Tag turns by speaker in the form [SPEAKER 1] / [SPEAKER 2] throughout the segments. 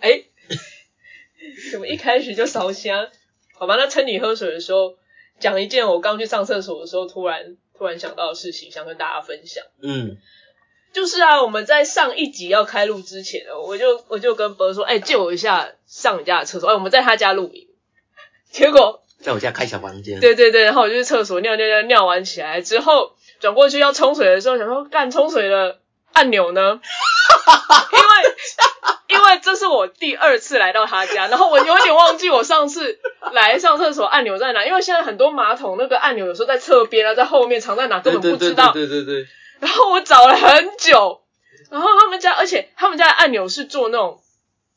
[SPEAKER 1] 哎 就烧香。好吧，那趁你喝水的时候，讲一件我刚去上厕所的时候突然突然想到的事情，想跟大家分享。
[SPEAKER 2] 嗯，
[SPEAKER 1] 就是啊，我们在上一集要开录之前哦，我就我就跟博说，哎、借我一下上你家的厕所。哎、我们在他家露营，结果
[SPEAKER 2] 在我家开小房间，
[SPEAKER 1] 对对对，然后我就去厕所尿尿尿尿完起来之后，转过去要冲水的时候，想说干冲水的按钮 呢？因为因为这是我第二次来到他家，然后我有点忘记我上次来上厕所按钮在哪，因为现在很多马桶那个按钮有时候在侧边啊，在后面藏在哪根
[SPEAKER 2] 对
[SPEAKER 1] 本不
[SPEAKER 2] 对
[SPEAKER 1] 知
[SPEAKER 2] 对
[SPEAKER 1] 道
[SPEAKER 2] 对。对对对，
[SPEAKER 1] 然后我找了很久，然后他们家，而且他们家的按钮是做那种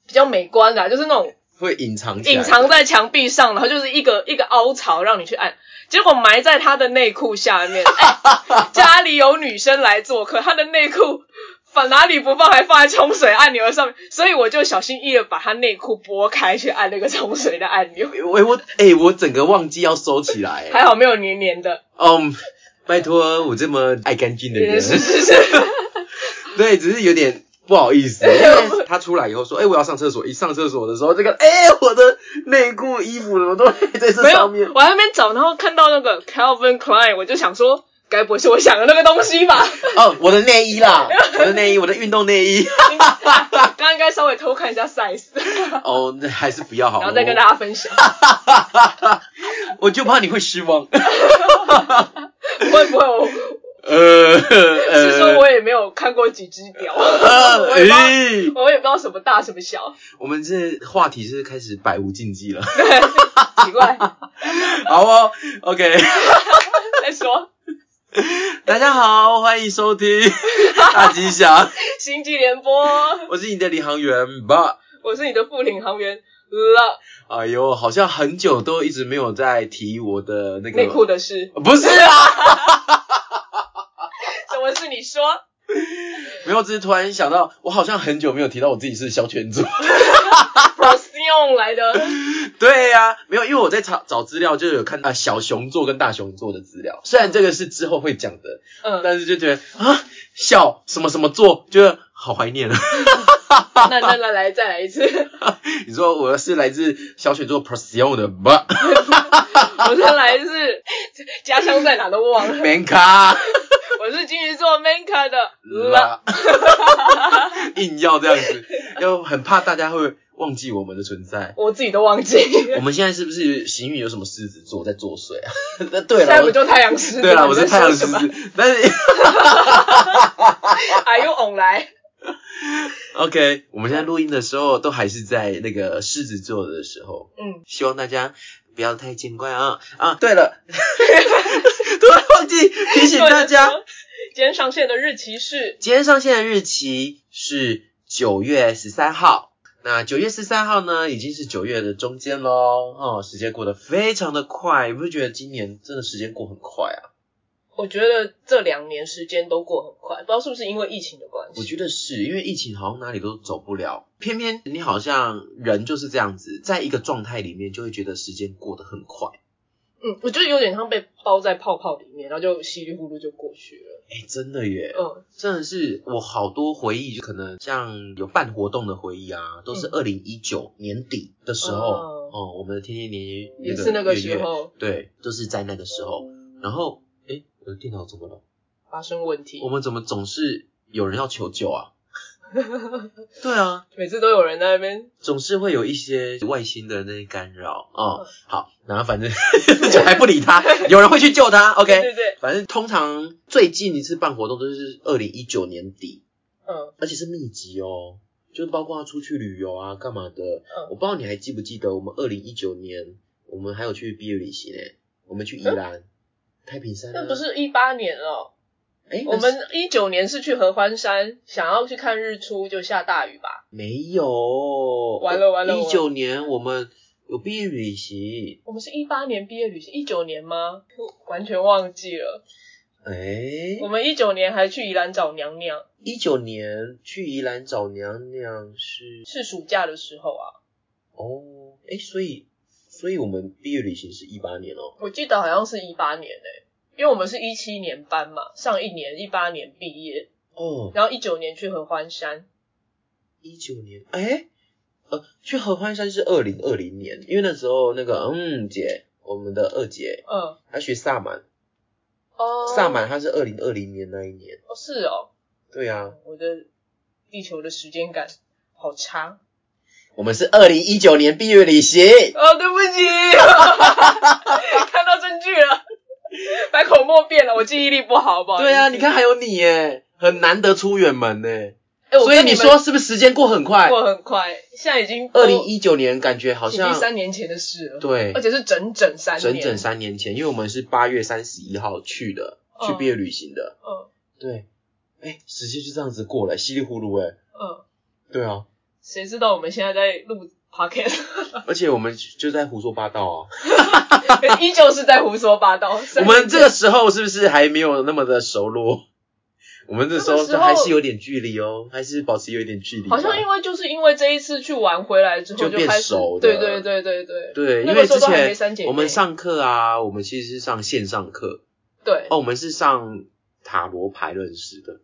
[SPEAKER 1] 比较美观的啊、就是那种
[SPEAKER 2] 会隐藏起来
[SPEAKER 1] 隐藏在墙壁上，然后就是一个一个凹槽让你去按，结果埋在他的内裤下面。哎，家里有女生来做客，他的内裤放哪里不放，还放在冲水按钮上面，所以我就小心翼翼的把他内裤拨开去按那个冲水的按钮，
[SPEAKER 2] 哎我我哎、我整个忘记要收起来、
[SPEAKER 1] 还好没有黏黏的。
[SPEAKER 2] 嗯，拜托我这么爱干净的人，
[SPEAKER 1] 是是是，
[SPEAKER 2] 对，只是有点不好意 思，因为他出来以后说，哎、我要上厕所，一上厕所的时候，这个哎、我的内裤、衣服什么都在这
[SPEAKER 1] 没有，
[SPEAKER 2] 上面，
[SPEAKER 1] 我在那边找，然后看到那个 Calvin Klein，我就想说，该不会是我想的那个东西吧？
[SPEAKER 2] 哦，我的内衣啦，我的内衣，我的运动内衣，
[SPEAKER 1] 刚刚应该稍微偷看一下 size，
[SPEAKER 2] 哦，那还是不要好了，
[SPEAKER 1] 然后再跟大家分享，
[SPEAKER 2] 我就怕你会 失望，
[SPEAKER 1] 不会不会，我
[SPEAKER 2] 呃，呃
[SPEAKER 1] 是说我也没有看过几只屌，
[SPEAKER 2] 呃，
[SPEAKER 1] 我也不知道
[SPEAKER 2] 哎
[SPEAKER 1] 我也不知道什么大什么小，
[SPEAKER 2] 我们这话题是开始百无禁忌了，
[SPEAKER 1] 对，奇怪，
[SPEAKER 2] 好哦，OK，
[SPEAKER 1] 再说
[SPEAKER 2] 大家好，欢迎收听大吉祥，
[SPEAKER 1] 星际联播，
[SPEAKER 2] 我是你的领航员吧。
[SPEAKER 1] 我是你的副领航员呃了，
[SPEAKER 2] 哎呦，好像很久都一直没有在提我的那个
[SPEAKER 1] 内裤的事，
[SPEAKER 2] 不是啊，
[SPEAKER 1] 什么事你说？
[SPEAKER 2] 没有，只是突然想到，我好像很久没有提到我自己是小犬族。
[SPEAKER 1] 我是用来的，
[SPEAKER 2] 对呀、没有，因为我在找找资料，就有看到小熊座跟大熊座的资料，虽然这个是之后会讲的，
[SPEAKER 1] 嗯，
[SPEAKER 2] 但是就觉得啊，小什么什么座，觉得好怀念啊。
[SPEAKER 1] 那那来来再来 一次，
[SPEAKER 2] 你说我是来自小犬座 Persion 的吧
[SPEAKER 1] 我是来自家乡在哪都忘了。
[SPEAKER 2] ？Manka
[SPEAKER 1] 我是金鱼座 Manka 的 呃了，
[SPEAKER 2] 啦，硬要这样子，要很怕大家会忘记我们的存在。
[SPEAKER 1] 我自己都忘记，
[SPEAKER 2] 我们现在是不是行运有什么狮子座在作祟啊？ 那对
[SPEAKER 1] 现在
[SPEAKER 2] 了，
[SPEAKER 1] 不
[SPEAKER 2] 我
[SPEAKER 1] 就太阳狮？
[SPEAKER 2] 对了，
[SPEAKER 1] 你
[SPEAKER 2] 我
[SPEAKER 1] 在
[SPEAKER 2] 是太阳狮
[SPEAKER 1] 说什么
[SPEAKER 2] 子，但是
[SPEAKER 1] Are you on 来？
[SPEAKER 2] OK，我们现在录音的时候都还是在那个狮子座的时候，
[SPEAKER 1] 嗯，
[SPEAKER 2] 希望大家不要太见怪啊啊！对了， 突然忘记提醒大家，
[SPEAKER 1] 今天上线的日期是
[SPEAKER 2] 今天上线的日期是九月十三号。那九月十三号呢，已经是九月的中间喽，哦，时间过得非常的快，你不觉得今年真的时间过很快啊？
[SPEAKER 1] 我觉得这两年时间都过很快，不知道是不是因为疫情的关系。
[SPEAKER 2] 我觉得是因为疫情好像哪里都走不了，偏偏你好像人就是这样子，在一个状态里面就会觉得时间过得很快。
[SPEAKER 1] 嗯，我觉得有点像被包在泡泡里面，然后就稀里糊涂就过去了。
[SPEAKER 2] 哎、真的耶，
[SPEAKER 1] 嗯，
[SPEAKER 2] 真的是我好多回忆，就可能像有办活动的回忆啊，都是
[SPEAKER 1] 嗯
[SPEAKER 2] 二零一九年底的时候，
[SPEAKER 1] 哦
[SPEAKER 2] 哦、我们的天天年
[SPEAKER 1] 也是那个时
[SPEAKER 2] 月月，
[SPEAKER 1] 候
[SPEAKER 2] 对，都是在那个时候。然后，哎、我的电脑怎么了？
[SPEAKER 1] 发生问题
[SPEAKER 2] 我，们怎么总是有人要求救啊？对啊，
[SPEAKER 1] 每次都有人在那边。
[SPEAKER 2] 总是会有一些外星的那些干扰哦。好，然后反正 就还不理他，有人会去救他。
[SPEAKER 1] 对
[SPEAKER 2] OK，
[SPEAKER 1] 对对，
[SPEAKER 2] 反正通常最近一次办活动都是二零一九年底，
[SPEAKER 1] 嗯，
[SPEAKER 2] 而且是密集哦，就包括出去旅游啊、干嘛的。
[SPEAKER 1] 嗯
[SPEAKER 2] 我不知道你还记不记得，我们二零一九年我们还有去毕业旅行诶、我们去宜兰、太平山、啊。
[SPEAKER 1] 嗯那不是一八年了，
[SPEAKER 2] 诶，那
[SPEAKER 1] 我
[SPEAKER 2] 是
[SPEAKER 1] 们一九年是去合欢山，想要去看日出，就下大雨吧。
[SPEAKER 2] 没有。
[SPEAKER 1] 完了完了
[SPEAKER 2] 一九年我们有毕业旅行，
[SPEAKER 1] 我们是一八年毕业旅行，一九年吗？我完全忘记了。
[SPEAKER 2] 诶，
[SPEAKER 1] 我们一九年还去宜兰找娘娘，
[SPEAKER 2] 一九年去宜兰找娘娘是
[SPEAKER 1] 是暑假的时候啊。
[SPEAKER 2] 哦，诶，所以所以我们毕业旅行是一八年哦。
[SPEAKER 1] 我记得好像是一八年诶、因为我们是一七年班嘛，上一年一八年毕业，
[SPEAKER 2] 哦，
[SPEAKER 1] 然后一九年去合欢山，
[SPEAKER 2] 一九年，诶，呃，去合欢山是二零二零年，因为那时候那个嗯姐，我们的二姐
[SPEAKER 1] 嗯，
[SPEAKER 2] 她学萨满，
[SPEAKER 1] 哦，
[SPEAKER 2] 萨满她是二零二零年那一年。
[SPEAKER 1] 哦是哦，
[SPEAKER 2] 对啊，
[SPEAKER 1] 我的地球的时间感好长。
[SPEAKER 2] 我们是二零一九年毕业旅行。
[SPEAKER 1] 哦，对不起， 看到证据了，百口莫辩了，我记忆力不好，不好意思
[SPEAKER 2] 对啊，你，看还有你耶，很难得出远门呢。
[SPEAKER 1] 哎我
[SPEAKER 2] 所以
[SPEAKER 1] 跟
[SPEAKER 2] 你
[SPEAKER 1] 你
[SPEAKER 2] 说是不是时间过很快？
[SPEAKER 1] 过很快，现在已经
[SPEAKER 2] 二零一九年感觉好
[SPEAKER 1] 已经
[SPEAKER 2] 像
[SPEAKER 1] 三年前的事了，，
[SPEAKER 2] 对
[SPEAKER 1] 而，且是整整三年，
[SPEAKER 2] 整整，三年前，因为我们是八月三十一号去的，去
[SPEAKER 1] 嗯
[SPEAKER 2] 毕业旅行的。
[SPEAKER 1] 嗯
[SPEAKER 2] 对，哎，时间就这样子过了，稀里糊涂哎。
[SPEAKER 1] 嗯，
[SPEAKER 2] 对 啊，
[SPEAKER 1] 谁知道我们现在在录 podcast，
[SPEAKER 2] 而且我们就在胡说八道啊。
[SPEAKER 1] 依旧是在胡说八道，
[SPEAKER 2] 我
[SPEAKER 1] 三年
[SPEAKER 2] 们
[SPEAKER 1] 前
[SPEAKER 2] 这个时候是不是还没有那么的熟 络？我们这时候
[SPEAKER 1] 那个时
[SPEAKER 2] 就
[SPEAKER 1] 候
[SPEAKER 2] 还是有点距离哦，还是保持有一点距离啊吧。
[SPEAKER 1] 好像因为就是因为这一次去玩回来之后
[SPEAKER 2] 就变
[SPEAKER 1] 开始
[SPEAKER 2] 熟，
[SPEAKER 1] 对
[SPEAKER 2] 的
[SPEAKER 1] 对对对对，
[SPEAKER 2] 对，
[SPEAKER 1] 那
[SPEAKER 2] 因
[SPEAKER 1] 个
[SPEAKER 2] 为
[SPEAKER 1] 时候
[SPEAKER 2] 之
[SPEAKER 1] 都还没
[SPEAKER 2] 前
[SPEAKER 1] 三姐妹
[SPEAKER 2] 我们上课啊，我们其实是上线上课
[SPEAKER 1] 对
[SPEAKER 2] 哦，我们是上塔罗牌认识的。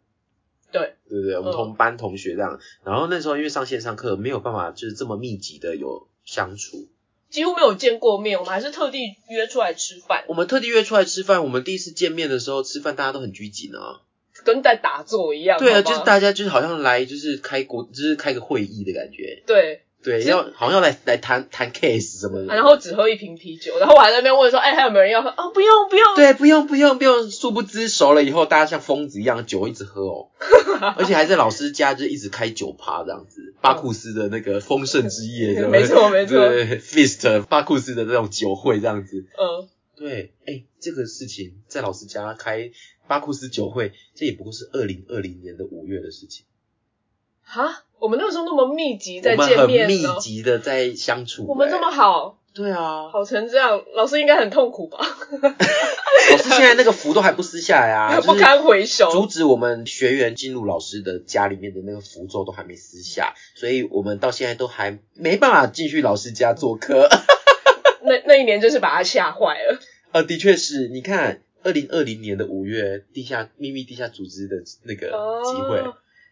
[SPEAKER 1] 对，
[SPEAKER 2] 对不对？我们
[SPEAKER 1] 嗯
[SPEAKER 2] 同班同学这样，然后那时候因为上线上课没有办法，就是这么密集的有相处。
[SPEAKER 1] 几乎没有见过面，我们还是特地约出来吃饭，
[SPEAKER 2] 我们特地约出来吃饭，我们第一次见面的时候吃饭大家都很拘谨啊。
[SPEAKER 1] 跟在打坐一样，
[SPEAKER 2] 对
[SPEAKER 1] 好
[SPEAKER 2] 啊，
[SPEAKER 1] 吗
[SPEAKER 2] 就是大家就是好像来就是开国，就是开个会议的感觉。
[SPEAKER 1] 对，
[SPEAKER 2] 对，
[SPEAKER 1] 是
[SPEAKER 2] 要好像要来来谈谈 case 什么的。
[SPEAKER 1] 啊然后只喝一瓶啤酒，然后我还在那边问说，哎，还有没有人要喝？啊，不用不用，
[SPEAKER 2] 对，不用不用不用，殊不知熟了以后，大家像疯子一样酒一直喝 哦，而且还在老师家就一直开酒趴这样子，巴库斯的那个丰盛 之夜，对不对
[SPEAKER 1] 哦没错没错
[SPEAKER 2] 对，feast 巴库斯的那种酒会这样子。
[SPEAKER 1] 嗯，
[SPEAKER 2] 对，哎，这个事情在老师家开巴库斯酒会，这也不过是二零二零年的五月的事情，
[SPEAKER 1] 哈，我们那个时候那么密集在
[SPEAKER 2] 我们
[SPEAKER 1] 见
[SPEAKER 2] 很
[SPEAKER 1] 面
[SPEAKER 2] 密
[SPEAKER 1] 呢，
[SPEAKER 2] 集的在相处、
[SPEAKER 1] 我们这
[SPEAKER 2] 哎
[SPEAKER 1] 么好，
[SPEAKER 2] 对 啊，
[SPEAKER 1] 好成这样，老师应该很痛苦吧？
[SPEAKER 2] 老师现在那个符都还不撕下来啊，
[SPEAKER 1] 不堪回首
[SPEAKER 2] 就是阻止我们学员进入老师的家里面的那个符咒都还没撕下，所以我们到现在都还没办法进去老师家做客。
[SPEAKER 1] 那那一年真是把他吓坏了，
[SPEAKER 2] 呃，的确是，你看，二零二零年的五月，地下秘密地下组织的那个集会，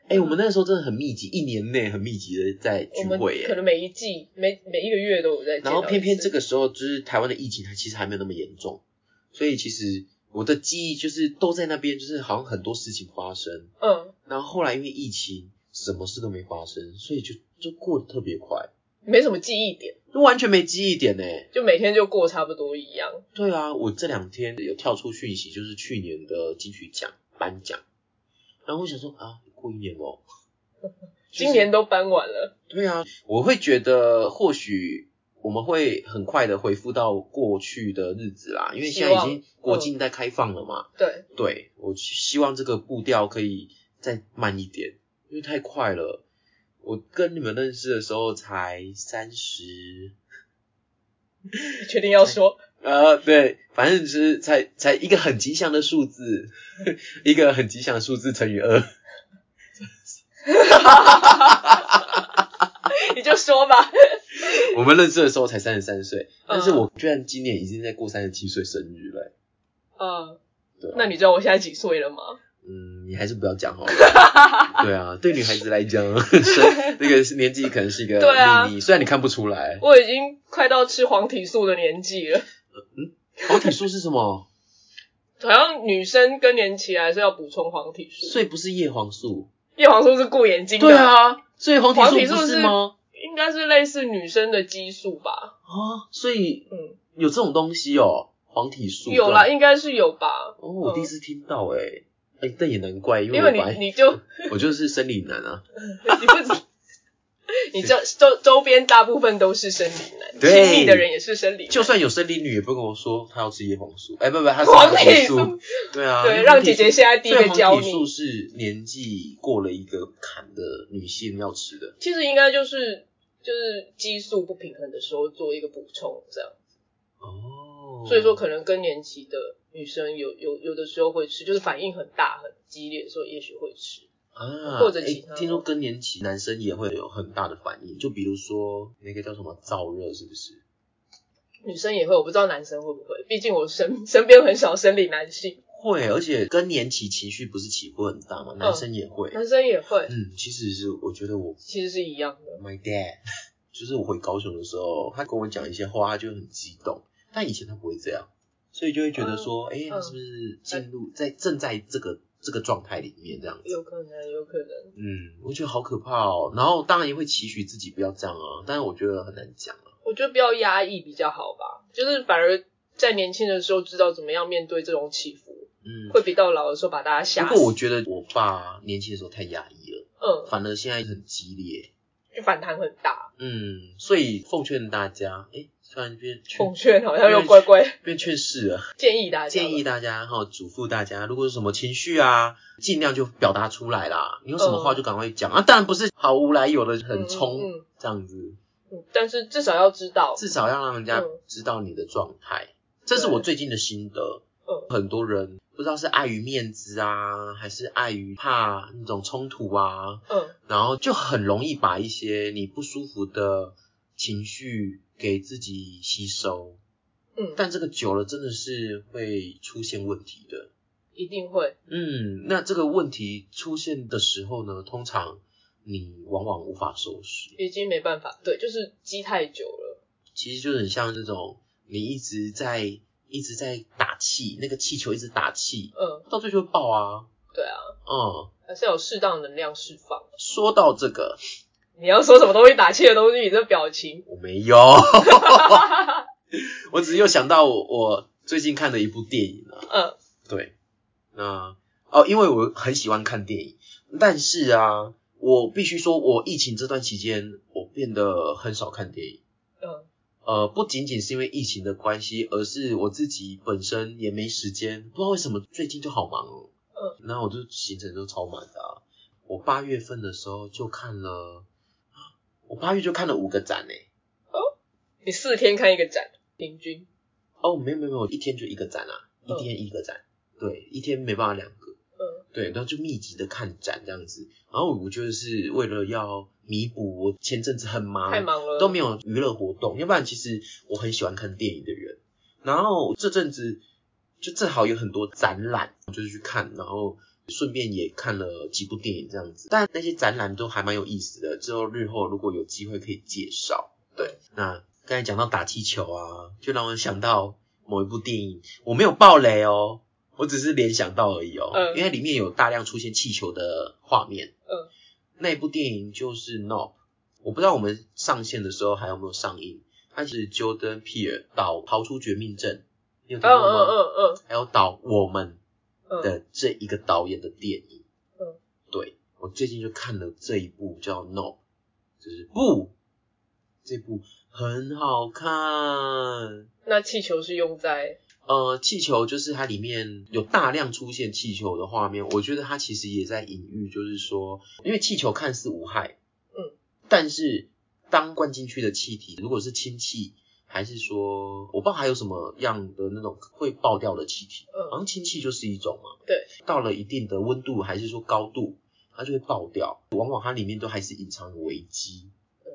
[SPEAKER 2] 哎、
[SPEAKER 1] 哦
[SPEAKER 2] 我们那时候真的很密集，一年内很密集的在
[SPEAKER 1] 我
[SPEAKER 2] 聚
[SPEAKER 1] 们
[SPEAKER 2] 会
[SPEAKER 1] 可
[SPEAKER 2] 耶。
[SPEAKER 1] 能每一季每每一个月都有在见到一次，
[SPEAKER 2] 然后偏偏这个时候，就是台湾的疫情，它其实还没有那么严重，所以其实我的记忆就是都在那边，就是好像很多事情发生。
[SPEAKER 1] 嗯。
[SPEAKER 2] 然后后来因为疫情，什么事都没发生，所以就就过得特别快，
[SPEAKER 1] 没什么记忆点，
[SPEAKER 2] 就完全没记忆点呢。
[SPEAKER 1] 就每天就过差不多一样。
[SPEAKER 2] 对啊，我这两天有跳出讯息，就是去年的金曲奖颁奖，然后我想说啊，过一年 哦，就是
[SPEAKER 1] 今年都搬完了，
[SPEAKER 2] 对啊，我会觉得或许。我们会很快的恢复到过去的日子啦，因为现在已
[SPEAKER 1] 希
[SPEAKER 2] 经
[SPEAKER 1] 望嗯
[SPEAKER 2] 国境在开放了嘛。
[SPEAKER 1] 对，
[SPEAKER 2] 对，我希望这个步调可以再慢一点，因为太快了。我跟你们认识的时候才三十，
[SPEAKER 1] 确定要说，
[SPEAKER 2] 呃，对，反正就是才才一个很吉祥的数字， 一个很吉祥的数字乘以二。
[SPEAKER 1] 你就说吧。
[SPEAKER 2] 我们认识的时候才三十三岁，但是我居然今年已经在过三十七岁生日了、
[SPEAKER 1] 嗯，
[SPEAKER 2] 对啊、
[SPEAKER 1] 那你知道我现在几岁了吗？
[SPEAKER 2] 嗯，你还是不要讲好了。 对啊，对女孩子来讲， 生那个年纪可能是一个
[SPEAKER 1] 对啊
[SPEAKER 2] 秘密，虽然你看不出 来。
[SPEAKER 1] 我已经快到吃黄体素的年纪了，
[SPEAKER 2] 黄体素是什么？
[SPEAKER 1] 好像女生更年期来是要补充黄体素。
[SPEAKER 2] 所以不是叶黄素。
[SPEAKER 1] 叶黄素是顾眼睛的，
[SPEAKER 2] 对，啊，所以黄
[SPEAKER 1] 黄
[SPEAKER 2] 体
[SPEAKER 1] 体
[SPEAKER 2] 素
[SPEAKER 1] 素
[SPEAKER 2] 不
[SPEAKER 1] 是
[SPEAKER 2] 吗？
[SPEAKER 1] 应该是类似女生的激素吧？
[SPEAKER 2] 哦，所以
[SPEAKER 1] 嗯，
[SPEAKER 2] 有这种东西哦，黄体素
[SPEAKER 1] 有啦，
[SPEAKER 2] 对吧
[SPEAKER 1] 应该是有吧，
[SPEAKER 2] 哦，我第一次听到哎、欸，哎、但也难怪，因为
[SPEAKER 1] 因
[SPEAKER 2] 我
[SPEAKER 1] 为
[SPEAKER 2] 本来
[SPEAKER 1] 你你就
[SPEAKER 2] 我就是生理男啊，
[SPEAKER 1] 你不止。你这周周边大部分都是生理男，
[SPEAKER 2] 对
[SPEAKER 1] 亲密的人也是生理男，
[SPEAKER 2] 就算有生理女也不跟我说她要吃叶黄素，哎、不不，她是
[SPEAKER 1] 黄
[SPEAKER 2] 体
[SPEAKER 1] 体
[SPEAKER 2] 素
[SPEAKER 1] 素，
[SPEAKER 2] 对啊，因
[SPEAKER 1] 对，
[SPEAKER 2] 为
[SPEAKER 1] 让
[SPEAKER 2] 黄体
[SPEAKER 1] 姐姐现在第一
[SPEAKER 2] 所以
[SPEAKER 1] 个
[SPEAKER 2] 黄
[SPEAKER 1] 教
[SPEAKER 2] 体素
[SPEAKER 1] 你。
[SPEAKER 2] 是年纪过了一个坎的女性要吃的，
[SPEAKER 1] 其实应该就是就是激素不平衡的时候做一个补充，这样。
[SPEAKER 2] 哦，
[SPEAKER 1] 所以说，可能更年期的女生有有有的时候会吃，就是反应很大很激烈的时候，也许会吃。
[SPEAKER 2] 啊，
[SPEAKER 1] 或者
[SPEAKER 2] 哎
[SPEAKER 1] 其他
[SPEAKER 2] 听说更年期男生也会有很大的反应，就比如说那个叫什么燥热，是不是？
[SPEAKER 1] 女生也会，我不知道男生会不会，毕竟我身 身边很少生理男性，
[SPEAKER 2] 会，而且更年期情绪不是起伏很大
[SPEAKER 1] 嗯
[SPEAKER 2] 嘛，男生也会。
[SPEAKER 1] 男生也会，
[SPEAKER 2] 嗯，其实是我觉得我
[SPEAKER 1] 其实是一样的。
[SPEAKER 2] my dad 就是我回高雄的时候，他跟我讲一些话，他就很激动。但以前他不会这样，所以就会觉得说，
[SPEAKER 1] 嗯
[SPEAKER 2] 哎、他是不是进入在正在这个这个状态里面这样子？
[SPEAKER 1] 有可能，有可能。
[SPEAKER 2] 嗯，我觉得好可怕哦。然后当然也会期许自己不要这样啊，但是我觉得很难讲啊。
[SPEAKER 1] 我觉得不要压抑比较好吧，就是反而在年轻的时候知道怎么样面对这种起伏，
[SPEAKER 2] 嗯，
[SPEAKER 1] 会比到老的时候把大家吓
[SPEAKER 2] 不过我
[SPEAKER 1] 死。
[SPEAKER 2] 觉得我爸年轻的时候太压抑了，
[SPEAKER 1] 嗯，
[SPEAKER 2] 反而现在很激烈。
[SPEAKER 1] 就反弹很大。
[SPEAKER 2] 嗯，所以奉劝大家，哎、突然变
[SPEAKER 1] 奉
[SPEAKER 2] 劝
[SPEAKER 1] 劝好像又乖乖
[SPEAKER 2] 变劝世了。
[SPEAKER 1] 建议大家吧，
[SPEAKER 2] 嗯建议大家哈，嘱咐大家，如果有什么情绪啊，尽量就表达出来啦。你有什么话就赶快讲、啊，当然不是毫无来由的很冲、
[SPEAKER 1] 嗯嗯
[SPEAKER 2] 这样子，
[SPEAKER 1] 嗯但是至少要知道，
[SPEAKER 2] 至少要让人家
[SPEAKER 1] 嗯
[SPEAKER 2] 知道你的状态。这是我最近的心得，
[SPEAKER 1] 嗯
[SPEAKER 2] 很多人不知道是碍于面子啊，还是碍于怕那种冲突啊，
[SPEAKER 1] 嗯
[SPEAKER 2] 然后就很容易把一些你不舒服的情绪给自己吸收，
[SPEAKER 1] 嗯，
[SPEAKER 2] 但这个久了真的是会出现问题的。
[SPEAKER 1] 一定会。
[SPEAKER 2] 嗯，那这个问题出现的时候呢，通常你往往无法收拾，
[SPEAKER 1] 已经没办法，对，就是积太久了，
[SPEAKER 2] 其实就很像那种你一直在一直在打气，那个气球一直打气，
[SPEAKER 1] 嗯，
[SPEAKER 2] 到最后就爆啊。
[SPEAKER 1] 对啊，
[SPEAKER 2] 嗯，
[SPEAKER 1] 还是要有适当能量释放。
[SPEAKER 2] 说到这个，
[SPEAKER 1] 你要说什么东西打气的东西，你这表情，
[SPEAKER 2] 我没 有，我只是又想到我我最近看的一部电影啊，
[SPEAKER 1] 嗯
[SPEAKER 2] 对，那哦，因为我很喜欢看电影，但是啊，我必须说，我疫情这段期间，我变得很少看电影。
[SPEAKER 1] 嗯
[SPEAKER 2] 呃，不仅仅是因为疫情的关系，而是我自己本身也没时间，不知道为什么最近就好忙哦。
[SPEAKER 1] 嗯，
[SPEAKER 2] 然后我就行程都超满的啊、我八月份的时候就看了，我八月就看了五个展欸诶、
[SPEAKER 1] 你四天看一个展，平均，
[SPEAKER 2] 哦，没有没有没有，一天就一个展啊，一
[SPEAKER 1] 嗯
[SPEAKER 2] 天一个展，对，一天没办法两个。
[SPEAKER 1] 嗯
[SPEAKER 2] 对，然后就密集的看展这样子。然后我就是为了要弥补我前阵子很忙，啊
[SPEAKER 1] 太忙了，
[SPEAKER 2] 都没
[SPEAKER 1] 有，
[SPEAKER 2] 有娱乐活动，要不然其实我很喜欢看电影的人。然后这阵子就正好有很多展览，我就是去看，然后顺便也看了几部电影这样子。但那些展览都还蛮有意思的，之后日后如果有机会可以介绍。对，那刚才讲到打气球啊，就让我想到某一部电影，我没有爆雷哦，我只是联想到而已哦，
[SPEAKER 1] 嗯
[SPEAKER 2] 因为里面有大量出现气球的画面。
[SPEAKER 1] 嗯，
[SPEAKER 2] 那一部电影就是《Nope》，我不知道我们上线的时候还有没有上映。它是 Jordan Peele 导《逃出绝命镇》，你有听
[SPEAKER 1] 嗯
[SPEAKER 2] 过
[SPEAKER 1] 嗯
[SPEAKER 2] 吗？
[SPEAKER 1] 嗯
[SPEAKER 2] 还有导《我们
[SPEAKER 1] 嗯》嗯，
[SPEAKER 2] 的这一个导演的电影。
[SPEAKER 1] 嗯，
[SPEAKER 2] 对我最近就看了这一部叫《No》，就是不，这部很好看。
[SPEAKER 1] 那气球是用在，
[SPEAKER 2] 呃，气球就是它里面有大量出现气球的画面，我觉得它其实也在隐喻，就是说，因为气球看似无害，
[SPEAKER 1] 嗯，
[SPEAKER 2] 但是当灌进去的气体如果是氢气，还是说我不知道还有什么样的那种会爆掉的气体，好
[SPEAKER 1] 嗯
[SPEAKER 2] 像氢气就是一种嘛，
[SPEAKER 1] 对，
[SPEAKER 2] 到了一定的温度还是说高度，它就会爆掉，往往它里面都还是隐藏有危机。
[SPEAKER 1] 嗯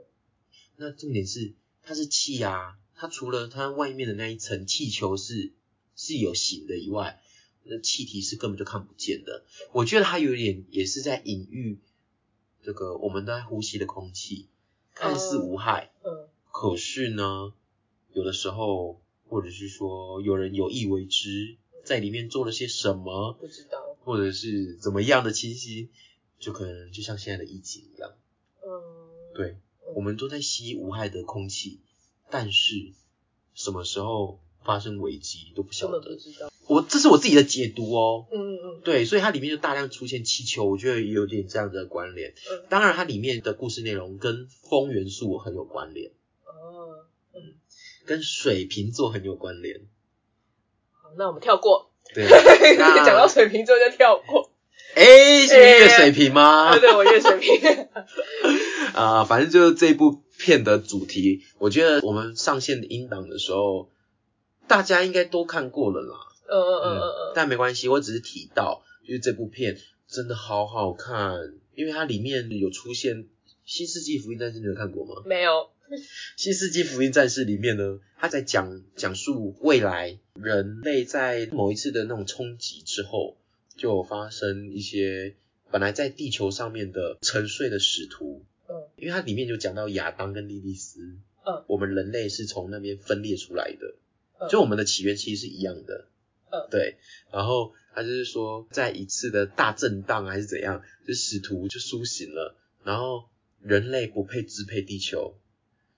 [SPEAKER 2] 那重点是它是气啊，它除了它外面的那一层气球是是有形的以外，那气体是根本就看不见的。我觉得它有点也是在隐喻这个我们在呼吸的空气，看似无害，
[SPEAKER 1] 嗯
[SPEAKER 2] 可是呢，有的时候或者是说有人有意为之，在里面做了些什么，
[SPEAKER 1] 不知道，
[SPEAKER 2] 或者是怎么样的情形，就可能就像现在的疫情一样。
[SPEAKER 1] 嗯，
[SPEAKER 2] 对，我们都在吸无害的空气，但是什么时候发生危机都不晓
[SPEAKER 1] 根本不
[SPEAKER 2] 得。
[SPEAKER 1] 知道，
[SPEAKER 2] 我这是我自己的解读哦。
[SPEAKER 1] 嗯嗯
[SPEAKER 2] 对，所以它里面就大量出现气球，我觉得有点这样的关联。
[SPEAKER 1] 嗯嗯，
[SPEAKER 2] 当然，它里面的故事内容跟风元素很有关联，
[SPEAKER 1] 哦，嗯，
[SPEAKER 2] 跟水瓶座很有关联。
[SPEAKER 1] 好，那我们跳过，
[SPEAKER 2] 对， 那
[SPEAKER 1] 讲到水瓶座就跳过，
[SPEAKER 2] 哎，是月水瓶吗？
[SPEAKER 1] 对对，我越 水瓶，
[SPEAKER 2] 啊、反正就是这部片的主题，我觉得我们上线音档的时候，大家应该都看过了啦。
[SPEAKER 1] 嗯嗯嗯
[SPEAKER 2] 嗯，
[SPEAKER 1] 嗯嗯，
[SPEAKER 2] 但没关系，我只是提到，就是这部片真的好好看，因为它里面有出现《新世纪福音战士》，你有看过吗？
[SPEAKER 1] 嗯没有，
[SPEAKER 2] 《新世纪福音战士》里面呢，它在讲讲述未来人类在某一次的那种冲击之后，就有发生一些本来在地球上面的沉睡的使徒，
[SPEAKER 1] 嗯
[SPEAKER 2] 因为它里面就讲到亚当跟莉莉丝，
[SPEAKER 1] 嗯，
[SPEAKER 2] 我们人类是从那边分裂出来的，
[SPEAKER 1] 嗯
[SPEAKER 2] 就我们的起源其实是一样的，
[SPEAKER 1] 嗯
[SPEAKER 2] 对。然后他就是说，在一次的大震荡还是怎样，就使徒就苏醒了，然后人类不配支配地球，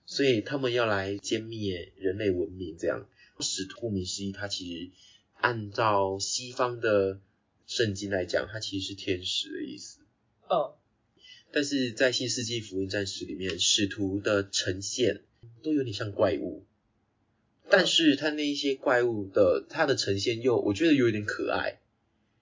[SPEAKER 2] 所以他们要来歼灭人类文明，这样。使徒顾名思义，他其实按照西方的圣经来讲，他其实是天使的意思。
[SPEAKER 1] 嗯
[SPEAKER 2] 但是在《新世纪福音战士》里面，使徒的呈现都有点像怪物，但是他那一些怪物的他的呈现又我觉得有一点可爱，